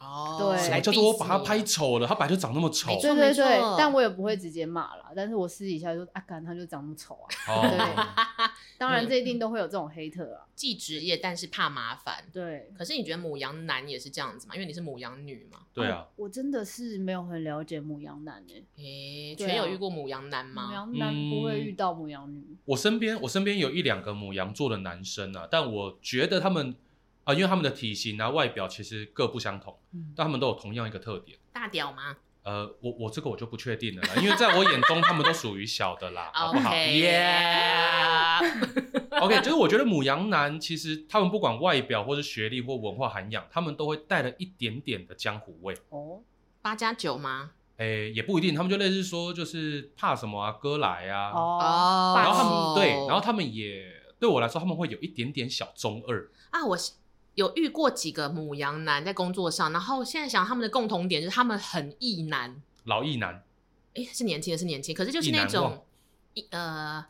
[SPEAKER 2] 哦
[SPEAKER 3] 对
[SPEAKER 1] 什
[SPEAKER 3] 来
[SPEAKER 1] 么叫做我把他拍
[SPEAKER 2] 啊
[SPEAKER 1] 丑了？他本来就长那么丑
[SPEAKER 2] 没。错
[SPEAKER 3] 对对对
[SPEAKER 2] 没错，
[SPEAKER 3] 但我也不会直接骂啦。但是我私底下就啊，干他就长那么丑啊。
[SPEAKER 1] 哦，
[SPEAKER 3] 当然，这
[SPEAKER 1] 嗯
[SPEAKER 3] 一定都会有这种黑特啊。
[SPEAKER 2] 既职业，但是怕麻烦。
[SPEAKER 3] 对，
[SPEAKER 2] 可是你觉得母羊男也是这样子吗？因为你是母羊女嘛。
[SPEAKER 1] [laughs] 对啊，
[SPEAKER 3] 哦我真的是没有很了解母羊男诶、
[SPEAKER 2] 诶、
[SPEAKER 3] 对啊
[SPEAKER 2] 全有遇过母羊男
[SPEAKER 3] 母
[SPEAKER 2] 吗？
[SPEAKER 3] 羊男不会遇到母羊女。
[SPEAKER 1] 我身边我身边有一两个母羊座的男生啊，但我觉得他们啊、因为他们的体型啊、外表其实各不相同，
[SPEAKER 3] 嗯，
[SPEAKER 1] 但他们都有同样一个特点。
[SPEAKER 2] 大屌吗？
[SPEAKER 1] 呃，我我这个我就不确定了啦，因为在我眼中他们都属于小的啦，好不好
[SPEAKER 2] [laughs] OK
[SPEAKER 1] ？Yeah，OK，、OK，就是我觉得母羊男其实他们不管外表或是学历或文化涵养，他们都会带了一点点的江湖味。
[SPEAKER 3] 哦，
[SPEAKER 2] 八加九吗？
[SPEAKER 1] 诶、也不一定，他们就类似说就是怕什么啊，哥来啊，
[SPEAKER 3] 哦，
[SPEAKER 2] 哦，
[SPEAKER 1] 然后他们对，然后他们也对我来说他们会有一点点小中二。
[SPEAKER 2] 啊，我有遇过几个母羊男在工作上，然后现在想他们的共同点就是他们很意男，
[SPEAKER 1] 老一男，
[SPEAKER 2] 诶，是年轻的是年轻，可是就是
[SPEAKER 1] 意
[SPEAKER 2] 那
[SPEAKER 1] 男哦
[SPEAKER 2] 种
[SPEAKER 1] 忘
[SPEAKER 2] 一呃，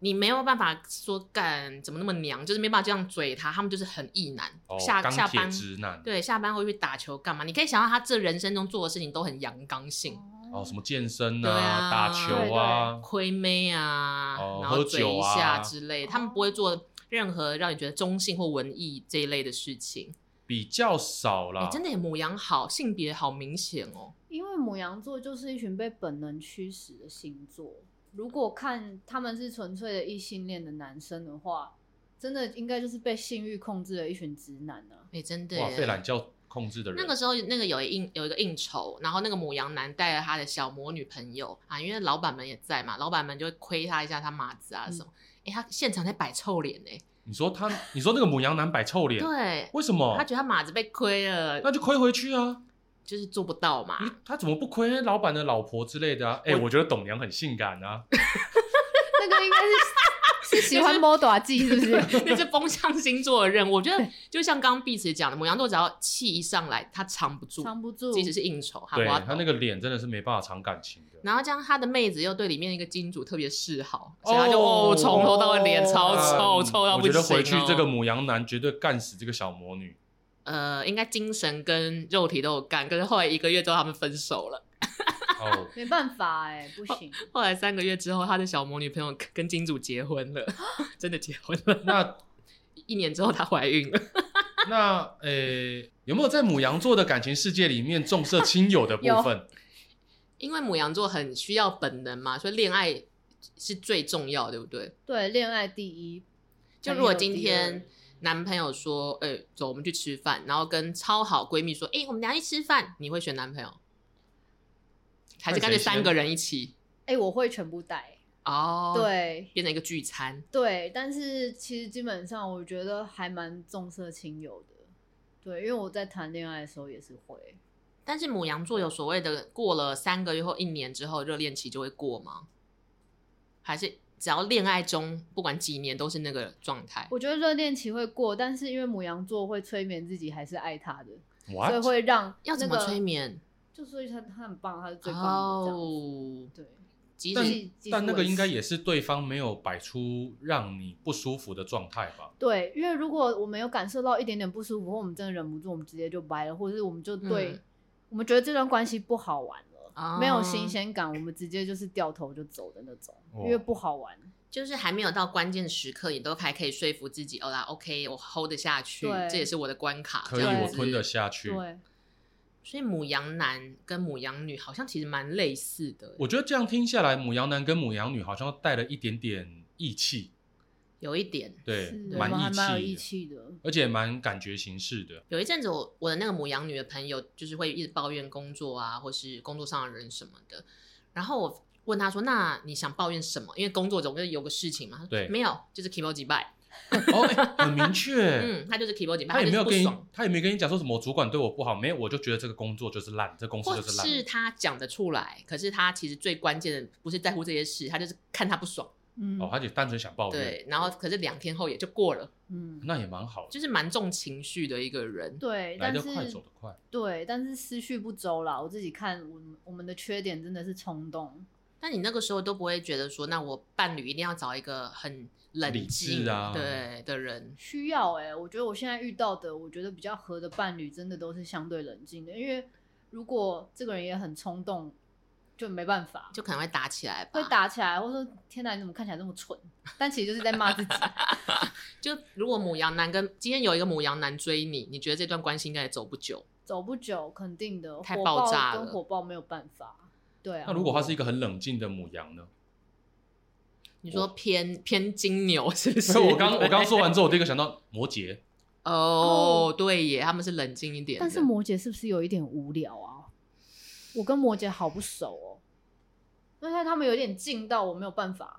[SPEAKER 2] 你没有办法说干怎么那么娘，就是没办法这样嘴他，他们就是很意男，
[SPEAKER 1] 哦，
[SPEAKER 2] 下
[SPEAKER 1] 钢
[SPEAKER 2] 下
[SPEAKER 1] 铁
[SPEAKER 2] 班
[SPEAKER 1] 直男，
[SPEAKER 2] 对下班会去打球干嘛？你可以想到他这人生中做的事情都很阳刚性，
[SPEAKER 1] 哦，什么健身
[SPEAKER 2] 对啊
[SPEAKER 1] 啊，打球啊，
[SPEAKER 2] 亏妹啊，
[SPEAKER 1] 哦
[SPEAKER 2] 然后
[SPEAKER 1] 喝
[SPEAKER 2] 嘴
[SPEAKER 1] 酒
[SPEAKER 2] 一下
[SPEAKER 1] 啊
[SPEAKER 2] 之类，他们不会做任何让你觉得中性或文艺这一类的事情。
[SPEAKER 1] 比较少
[SPEAKER 2] 哎、
[SPEAKER 1] 啦。
[SPEAKER 2] 真的耶母羊好，性别好明显哦。
[SPEAKER 3] 因为母羊座就是一群被本能驱使的星座。如果看他们是纯粹的异性恋的男生的话，真的应该就是被性欲控制的一群直男啊。
[SPEAKER 2] 哎、真的
[SPEAKER 1] 哇，被
[SPEAKER 2] 耶。
[SPEAKER 1] 懒觉控制的人，
[SPEAKER 2] 那个时候，那个有一应有一个应酬，然后那个母羊男带了他的小魔女朋友啊，因为老板们也在嘛，老板们就会亏他一下他马子啊
[SPEAKER 1] 嗯
[SPEAKER 2] 什么。哎、他现场在摆臭脸哎、
[SPEAKER 1] 你说他，你说那个母羊男摆臭脸，
[SPEAKER 2] 对，
[SPEAKER 1] 为什么
[SPEAKER 2] 他？觉得他马子被亏了，
[SPEAKER 1] 那就亏回去啊！
[SPEAKER 2] 就是做不到嘛。
[SPEAKER 1] 你他怎么不亏老板的老婆之类的啊？哎、
[SPEAKER 2] 啊我
[SPEAKER 1] 我觉得董娘很性感
[SPEAKER 2] [laughs]
[SPEAKER 1] 啊，
[SPEAKER 3] 那个应该是 [laughs] 是喜欢摸短技是不
[SPEAKER 1] [laughs]
[SPEAKER 3] 是？
[SPEAKER 2] [laughs] 那是风象星座的任务。我觉得就像刚刚碧池讲的，母羊座只要气一上来，他藏不住，
[SPEAKER 3] 藏不住，
[SPEAKER 2] 即使是应酬，
[SPEAKER 1] 对
[SPEAKER 2] 挖
[SPEAKER 1] 他那个脸真的是没办法藏感情的。
[SPEAKER 2] 然后这样他的妹子又对里面一个金主特别示好，所以他就哦
[SPEAKER 1] 哦
[SPEAKER 2] 从头到尾脸超臭，
[SPEAKER 1] 嗯
[SPEAKER 2] 臭到
[SPEAKER 1] 我
[SPEAKER 2] 不
[SPEAKER 1] 觉
[SPEAKER 2] 行、
[SPEAKER 1] 得
[SPEAKER 2] 哦。
[SPEAKER 1] 回去这个母羊男绝对干死这个小魔女。
[SPEAKER 2] 呃，应该精神跟肉体都有干，可是后来一个月之后他们分手了。
[SPEAKER 1] 哦，
[SPEAKER 3] 没办法哎、不
[SPEAKER 2] 哦
[SPEAKER 3] 行。
[SPEAKER 2] 后来三个月之后，他的小魔女朋友跟金主结婚
[SPEAKER 3] [laughs]
[SPEAKER 2] 了，真的结婚了。
[SPEAKER 1] 那
[SPEAKER 2] 一年之后她怀孕了， [laughs]
[SPEAKER 1] 那呃、有没有在母羊座的感情世界里面重色轻友的部分？
[SPEAKER 2] 因为母羊座很需要本能嘛，所以恋爱是最重要，对不对？
[SPEAKER 3] 对，恋爱第一。
[SPEAKER 2] 就如果今天男朋友说：“哎、走，我们去吃饭。”然后跟超好闺蜜说：“哎、我们等一下去吃饭。”你会选男朋友，还是干脆三个人一起？
[SPEAKER 3] 哎、我会全部带。
[SPEAKER 2] 哦，，
[SPEAKER 3] 对
[SPEAKER 2] 变成一个聚餐。
[SPEAKER 3] 对，但是其实基本上我觉得还蛮重色轻友的。对，因为我在谈恋爱的时候也是会。
[SPEAKER 2] 但是母羊座有所谓的过了三个月或一年之后热恋期就会过吗？还是只要恋爱中不管几年都是那个状态？
[SPEAKER 3] 我觉得热恋期会过，但是因为母羊座会催眠自己还是爱他的，
[SPEAKER 1] 哇
[SPEAKER 3] 所以，会让、那
[SPEAKER 2] 要
[SPEAKER 3] 个
[SPEAKER 2] 怎么催？眠？
[SPEAKER 3] 就所以他他很棒，他是最棒的这样子。
[SPEAKER 2] 哦，
[SPEAKER 3] 对，
[SPEAKER 2] 即
[SPEAKER 1] 但
[SPEAKER 2] 使
[SPEAKER 3] 继继续
[SPEAKER 1] 但那个
[SPEAKER 3] 维持
[SPEAKER 1] 应该也是对方没有摆出让你不舒服的状态吧？
[SPEAKER 3] 对，因为如果我们有感受到一点点不舒服，或我们真的忍不住，我们直接就掰了，或者是我们就对，
[SPEAKER 2] 嗯
[SPEAKER 3] 我们觉得这段关系不好玩了，
[SPEAKER 2] 哦
[SPEAKER 3] 没有新鲜感，我们直接就是掉头就走的那种，
[SPEAKER 1] 哦
[SPEAKER 3] 因为不好玩。
[SPEAKER 2] 就是还没有到关键时刻，你都还可以说服自己，哦啦，OK，我 hold 得下去，
[SPEAKER 3] 对
[SPEAKER 2] 这也是我的关卡，
[SPEAKER 1] 可以，
[SPEAKER 2] 这样
[SPEAKER 1] 我
[SPEAKER 2] 子
[SPEAKER 1] 吞得。下去。
[SPEAKER 3] 对，
[SPEAKER 2] 所以母羊男跟母羊女好像其实蛮类似的，
[SPEAKER 1] 我觉得这样听下来，母羊男跟母羊女好像带了一点点义气，
[SPEAKER 2] 有一点。
[SPEAKER 1] 对，
[SPEAKER 3] 是我
[SPEAKER 1] 蛮
[SPEAKER 3] 们还蛮有
[SPEAKER 1] 义气
[SPEAKER 3] 义气的。
[SPEAKER 1] 的，而且蛮感觉形式的。
[SPEAKER 2] 有一阵子我我的那个母羊女的朋友就是会一直抱怨工作啊，或是工作上的人什么的，然后我问她说：“那你想抱怨什么？因为工作总是有个事情嘛。”她说
[SPEAKER 1] 对
[SPEAKER 2] 没有，就是 k i m o j i b
[SPEAKER 1] 哦，哎很明确。
[SPEAKER 2] 嗯，她就是 k i m o j i b
[SPEAKER 1] 他也没有
[SPEAKER 2] 不
[SPEAKER 1] 跟你
[SPEAKER 2] 爽，，
[SPEAKER 1] 他也没跟你讲说什么主管对我不好，没有，我就觉得这个工作就是烂，这公司
[SPEAKER 2] 或
[SPEAKER 1] 就是烂。
[SPEAKER 2] 是她讲得出来，可是她其实最关键的不是在乎这些事，她就是看她不爽。
[SPEAKER 3] 嗯，
[SPEAKER 1] 哦，他就单纯想抱怨，
[SPEAKER 2] 对，然后可是两天后也就过了，
[SPEAKER 3] 嗯，
[SPEAKER 1] 那也蛮好的，
[SPEAKER 2] 就是蛮重情绪的一个人。
[SPEAKER 3] 对，
[SPEAKER 1] 来
[SPEAKER 3] 但
[SPEAKER 1] 得
[SPEAKER 3] 是
[SPEAKER 1] 快，走得快。
[SPEAKER 3] 对，但是思绪不周啦。我自己看，我们我们的缺点真的是冲动，
[SPEAKER 2] 但你那个时候都不会觉得说，那我伴侣一定要找一个很
[SPEAKER 1] 理
[SPEAKER 2] 冷
[SPEAKER 1] 智
[SPEAKER 2] 静
[SPEAKER 1] 啊
[SPEAKER 2] 对的人，
[SPEAKER 3] 需要哎、我觉得我现在遇到的，我觉得比较合的伴侣，真的都是相对冷静的，因为如果这个人也很冲动，就没办法，
[SPEAKER 2] 就可能会打起来吧。
[SPEAKER 3] 会，打起来，或者说天哪，你怎么看起来这么蠢？但其实就是在骂 [laughs] 自己。
[SPEAKER 2] 就如果母羊男跟今天有一个母羊男追你，你觉得这段关系应该也走不久。
[SPEAKER 3] 走不久，肯定的，
[SPEAKER 2] 太
[SPEAKER 3] 火
[SPEAKER 2] 爆
[SPEAKER 3] 爆
[SPEAKER 2] 炸
[SPEAKER 3] 跟
[SPEAKER 2] 了
[SPEAKER 3] 火爆没有办法。对啊，
[SPEAKER 1] 那如果他是一个很冷静的母羊
[SPEAKER 3] [laughs]
[SPEAKER 1] 呢？
[SPEAKER 2] 你说偏偏金牛是不是？
[SPEAKER 1] 所以我刚我刚说完之后，我第一个想到摩羯，
[SPEAKER 2] [laughs] 哦，对耶，他们是冷静一点的。
[SPEAKER 3] 但是摩羯是不是有一点无聊啊？我跟摩羯好不熟哦，因为他们有点近到我没有办法啊、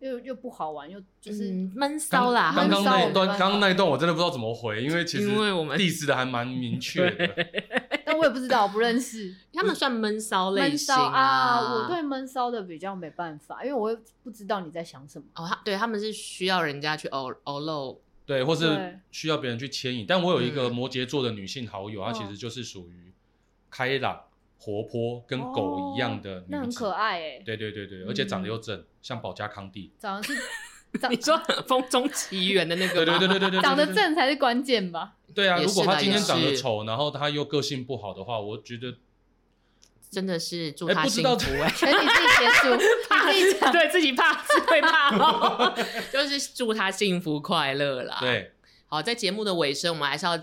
[SPEAKER 3] 又又不好玩，又就是、
[SPEAKER 2] 嗯闷骚
[SPEAKER 1] 刚
[SPEAKER 3] 啊
[SPEAKER 2] 啦，
[SPEAKER 1] 刚刚那一
[SPEAKER 3] 闷骚我没
[SPEAKER 1] 段，
[SPEAKER 3] 办法
[SPEAKER 1] 刚刚那一段我真的不知道怎么回，因为
[SPEAKER 3] [laughs]
[SPEAKER 1] 其实
[SPEAKER 2] 因为我们
[SPEAKER 1] diss 的还蛮明确的。
[SPEAKER 3] 但我也不知道，我不认识
[SPEAKER 2] 他们算闷骚类
[SPEAKER 3] 闷
[SPEAKER 2] 型
[SPEAKER 3] 骚
[SPEAKER 2] 啊
[SPEAKER 3] 我对闷骚的比较没办法，因为我也不知道你在想什么。
[SPEAKER 2] 哦，他对他们是需要人家去偶偶露，
[SPEAKER 1] 对，或
[SPEAKER 3] 对
[SPEAKER 1] 是需要别人去牵引。但我有一个
[SPEAKER 2] 嗯
[SPEAKER 1] 摩羯座的女性好友，她
[SPEAKER 3] 嗯
[SPEAKER 1] 其实就是属于开朗、活泼，跟狗一样的女
[SPEAKER 3] 那很
[SPEAKER 1] 子
[SPEAKER 3] 可爱哎、
[SPEAKER 1] 对对对对，而且长得又正，像保加康帝。
[SPEAKER 2] [laughs]
[SPEAKER 3] 长得是
[SPEAKER 2] [laughs]
[SPEAKER 3] 长
[SPEAKER 2] 你说《风中奇缘》的那
[SPEAKER 1] 对
[SPEAKER 2] 个
[SPEAKER 1] 对
[SPEAKER 2] 吗
[SPEAKER 1] 对对对对，
[SPEAKER 3] 长得
[SPEAKER 1] 对。
[SPEAKER 3] 正才是关键吧？
[SPEAKER 1] 对啊，
[SPEAKER 2] 也
[SPEAKER 1] 如果
[SPEAKER 2] 是
[SPEAKER 1] 她
[SPEAKER 2] 啦
[SPEAKER 1] 今天
[SPEAKER 2] 也
[SPEAKER 1] 长得
[SPEAKER 2] 是
[SPEAKER 1] 丑，然后她又个性不好的话，我觉得
[SPEAKER 2] 真的是祝
[SPEAKER 1] 哎
[SPEAKER 2] 他
[SPEAKER 1] 不知
[SPEAKER 2] 幸
[SPEAKER 1] 道
[SPEAKER 2] 福
[SPEAKER 1] [laughs]
[SPEAKER 2] 哎、
[SPEAKER 3] 全你自己结束，
[SPEAKER 2] [laughs]
[SPEAKER 3] 你自己讲。
[SPEAKER 2] 对自己怕自会
[SPEAKER 1] [laughs]
[SPEAKER 2] 怕、哦，就是祝他幸福快乐啦。，
[SPEAKER 1] 对
[SPEAKER 2] 好，在节目的尾声，我们还是要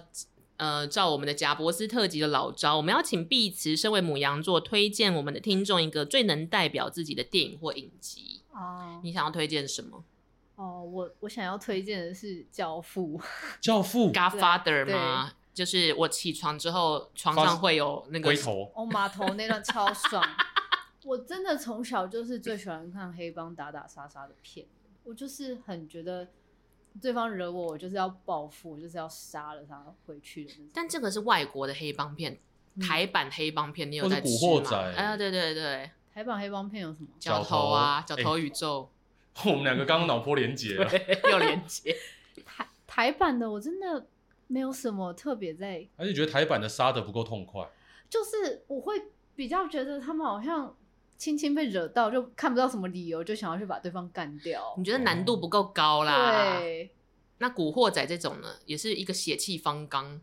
[SPEAKER 2] 呃照我们的贾博斯特辑的老招，我们要请碧池身为母羊座推荐我们的听众一个最能代表自己的电影或影集，
[SPEAKER 3] 哦
[SPEAKER 2] 你想要推荐什么
[SPEAKER 3] 哦，我我想要推荐的是《教父》，
[SPEAKER 1] 教父
[SPEAKER 2] ？Godfather 吗？就是我起床之后，床
[SPEAKER 1] 发
[SPEAKER 2] 上会有那个
[SPEAKER 1] 龟头，
[SPEAKER 3] 哦，码头那段超爽。我真的从小就是最喜欢看黑帮打打杀杀的片，我就是很觉得对方惹我，我就是要报复，我就是要杀了他回去的那种。
[SPEAKER 2] 但这个是外国的黑帮片，
[SPEAKER 3] 嗯
[SPEAKER 2] 台版黑帮片，你有
[SPEAKER 1] 或是
[SPEAKER 2] 在吃
[SPEAKER 1] 古
[SPEAKER 2] 吗？
[SPEAKER 1] 惑仔
[SPEAKER 2] 啊，对对对，
[SPEAKER 3] 台版黑帮片有什么？
[SPEAKER 1] 角
[SPEAKER 2] 角头啊，
[SPEAKER 1] 头哎
[SPEAKER 2] 角头宇
[SPEAKER 1] [laughs]
[SPEAKER 2] 宙、
[SPEAKER 1] 我们两个刚刚脑波连结啊
[SPEAKER 2] [laughs]
[SPEAKER 1] 了。
[SPEAKER 2] 有连接，
[SPEAKER 3] 台台版的我真的没有什么特别在，
[SPEAKER 1] 而且觉得台版的杀的不够痛快，
[SPEAKER 3] 就是我会比较觉得他们好像轻轻被惹到，就看不到什么理由，就想要去把对方干掉
[SPEAKER 2] 你。觉得难度不够高啦？
[SPEAKER 3] 对
[SPEAKER 2] 那古惑仔这种呢，也是一个血气方刚，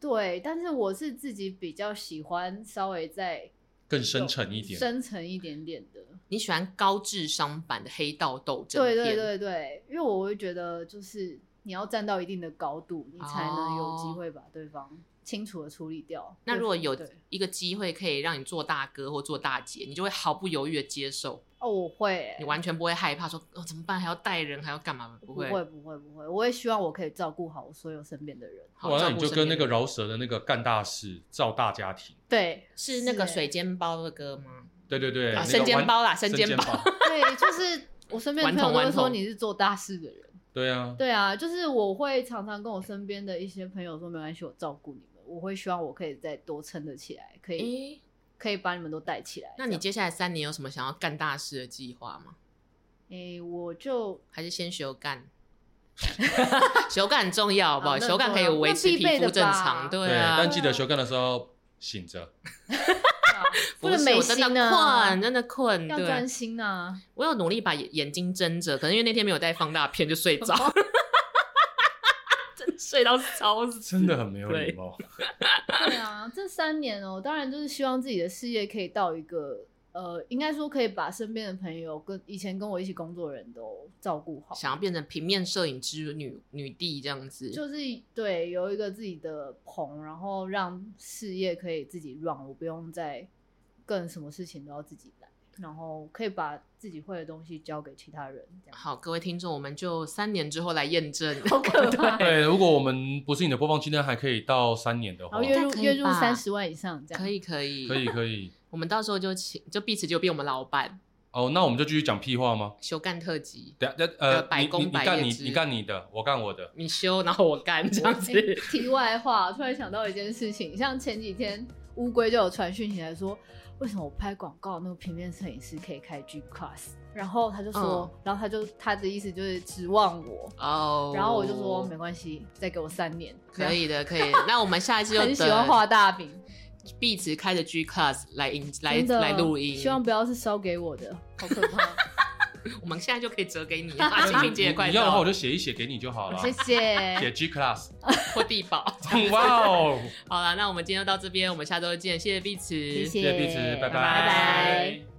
[SPEAKER 3] 对，但是我是自己比较喜欢稍微在
[SPEAKER 1] 更深沉一点。
[SPEAKER 3] 深沉一点点的。
[SPEAKER 2] 你喜欢高智商版的黑道斗争
[SPEAKER 3] 对
[SPEAKER 2] 片？
[SPEAKER 3] 对对对，因为我会觉得就是你要站到一定的高度，你才能有
[SPEAKER 2] 哦
[SPEAKER 3] 机会把对方清楚的处理掉。
[SPEAKER 2] 那
[SPEAKER 3] 对
[SPEAKER 2] 如果有
[SPEAKER 3] 对
[SPEAKER 2] 一个机会可以让你做大哥或做大姐，你就会毫不犹豫的接受，
[SPEAKER 3] 哦，我会欸、
[SPEAKER 2] 你完全不会害怕说哦怎么办，还要带人，还要干嘛？不
[SPEAKER 3] 不
[SPEAKER 2] 会，
[SPEAKER 3] 会不会不会，我也希望我可以照顾好我所有身边的人。
[SPEAKER 2] 好
[SPEAKER 1] 哇，那
[SPEAKER 2] 照
[SPEAKER 1] 你
[SPEAKER 2] 顾
[SPEAKER 1] 就
[SPEAKER 2] 身
[SPEAKER 1] 跟那
[SPEAKER 2] 边
[SPEAKER 1] 个
[SPEAKER 2] 的人
[SPEAKER 1] 饶舌的那个干大事造大家庭，
[SPEAKER 3] 对，
[SPEAKER 2] 是那个
[SPEAKER 3] 欸
[SPEAKER 2] 水煎包的歌吗？
[SPEAKER 1] 对对对，
[SPEAKER 2] 啊
[SPEAKER 1] 那个
[SPEAKER 2] 生煎
[SPEAKER 1] 玩
[SPEAKER 2] 包啦
[SPEAKER 1] 生
[SPEAKER 2] 生煎包
[SPEAKER 1] 包，
[SPEAKER 3] 对，就是我身
[SPEAKER 2] [laughs]
[SPEAKER 3] 边
[SPEAKER 2] 顽童
[SPEAKER 3] 的朋友都
[SPEAKER 2] 顽
[SPEAKER 3] 会说
[SPEAKER 2] 童
[SPEAKER 3] 你是做大事的人。
[SPEAKER 1] 对
[SPEAKER 2] [laughs]
[SPEAKER 1] 啊，
[SPEAKER 3] 对啊，就是我会常常跟我身边的一些朋友说，没关系，我照顾你们，我会希望我可以再多撑得起来，可以、
[SPEAKER 2] 诶，
[SPEAKER 3] 可以把你们都带起来。
[SPEAKER 2] 那
[SPEAKER 3] 这
[SPEAKER 2] 你
[SPEAKER 3] 样
[SPEAKER 2] 接下来三年有什么想要干大事的计划吗？
[SPEAKER 3] 诶、
[SPEAKER 2] [laughs]
[SPEAKER 3] 我就
[SPEAKER 2] 还是先修
[SPEAKER 3] [laughs]
[SPEAKER 2] 干？修干很重要，好不好？
[SPEAKER 3] 啊那
[SPEAKER 2] 修干可以维持
[SPEAKER 3] 很
[SPEAKER 2] 皮
[SPEAKER 3] 重要那必备
[SPEAKER 2] 肤
[SPEAKER 3] 的
[SPEAKER 2] 正
[SPEAKER 3] 吧
[SPEAKER 2] 常，
[SPEAKER 1] 对，
[SPEAKER 2] 啊。
[SPEAKER 1] 但记得休干的时候醒着，
[SPEAKER 3] 不
[SPEAKER 2] 是
[SPEAKER 3] 能没
[SPEAKER 2] 我真
[SPEAKER 3] 心
[SPEAKER 2] 的
[SPEAKER 3] 啊
[SPEAKER 2] 困，真的困。
[SPEAKER 3] 要专
[SPEAKER 2] 对，
[SPEAKER 3] 心啊。
[SPEAKER 2] 我有努力把眼眼睛睁着，可能因为那天没有带放大片就睡着， [laughs] 真的睡到超死。
[SPEAKER 1] 真的很没有礼貌。
[SPEAKER 3] 对啊，这三年哦、当然就是希望自己的事业可以到一个呃，应该说可以把身边的朋友跟以前跟我一起工作的人都照顾好，
[SPEAKER 2] 想要变成平面摄影之女女帝这样子，
[SPEAKER 3] 就是对有一个自己的棚，然后让事业可以自己 run，我不用再更什么事情都要自己来，然后可以把自己会的东西交给其他人，这样。
[SPEAKER 2] 好，各位听众，我们就三年之后来验证。
[SPEAKER 3] 好
[SPEAKER 2] [laughs]
[SPEAKER 3] 可
[SPEAKER 1] [laughs]
[SPEAKER 3] 怕
[SPEAKER 1] 对，如果我们不是你的播放清单，还可以到三年的
[SPEAKER 3] 然
[SPEAKER 1] 话，
[SPEAKER 3] 后月
[SPEAKER 1] 可
[SPEAKER 3] 入
[SPEAKER 2] 应该可以
[SPEAKER 3] 月入
[SPEAKER 2] 吧
[SPEAKER 3] 三十万以上这样，
[SPEAKER 2] 可以可以，
[SPEAKER 1] 以可以。
[SPEAKER 2] 我们到时候就请，就碧池就变我们老板，
[SPEAKER 1] 哦，那我们就继续讲屁话吗？
[SPEAKER 2] 修干特辑，
[SPEAKER 1] 等下等下
[SPEAKER 2] 呃
[SPEAKER 1] 呃，
[SPEAKER 2] 百
[SPEAKER 1] 你
[SPEAKER 2] 工
[SPEAKER 1] 你你
[SPEAKER 2] 百
[SPEAKER 1] 干
[SPEAKER 2] 业
[SPEAKER 1] 你
[SPEAKER 2] 之
[SPEAKER 1] 你干你的，我干我
[SPEAKER 2] [laughs]
[SPEAKER 1] 的。
[SPEAKER 2] 你修，然后我干这样子。
[SPEAKER 3] 欸题外话，突然想到一件事情，像前几天乌龟就有传讯息来说，为什么我拍广告那个平面摄影师可以开 G Class？然后他就说，然后他就他的意思就是指望我，
[SPEAKER 2] 嗯哦
[SPEAKER 3] [laughs] 然后我就说没关系，再给我三年， [laughs]
[SPEAKER 2] 可以的，可以。那我们下一次就
[SPEAKER 3] 很
[SPEAKER 2] 等
[SPEAKER 3] 喜欢画大饼，
[SPEAKER 2] 壁纸开着 G Class 来音来
[SPEAKER 3] 真的
[SPEAKER 2] 来录音，
[SPEAKER 3] 希望不要是烧给我的，好可
[SPEAKER 2] [laughs]
[SPEAKER 3] 怕。
[SPEAKER 2] 我们现在就可以折
[SPEAKER 3] [laughs]
[SPEAKER 2] 给你啊！
[SPEAKER 1] 你
[SPEAKER 2] 清明节快
[SPEAKER 1] 你要的话，
[SPEAKER 2] 到
[SPEAKER 1] 我，就写一写给你就好了。
[SPEAKER 3] 谢谢
[SPEAKER 1] 写，G
[SPEAKER 2] [laughs]
[SPEAKER 1] Class，
[SPEAKER 2] 或地保。
[SPEAKER 1] 哇哦！
[SPEAKER 2] 好了，那我们今天就到这边，我们下周见，谢谢碧池，
[SPEAKER 3] 谢
[SPEAKER 1] 谢谢彼此，拜
[SPEAKER 3] 拜拜
[SPEAKER 2] 拜。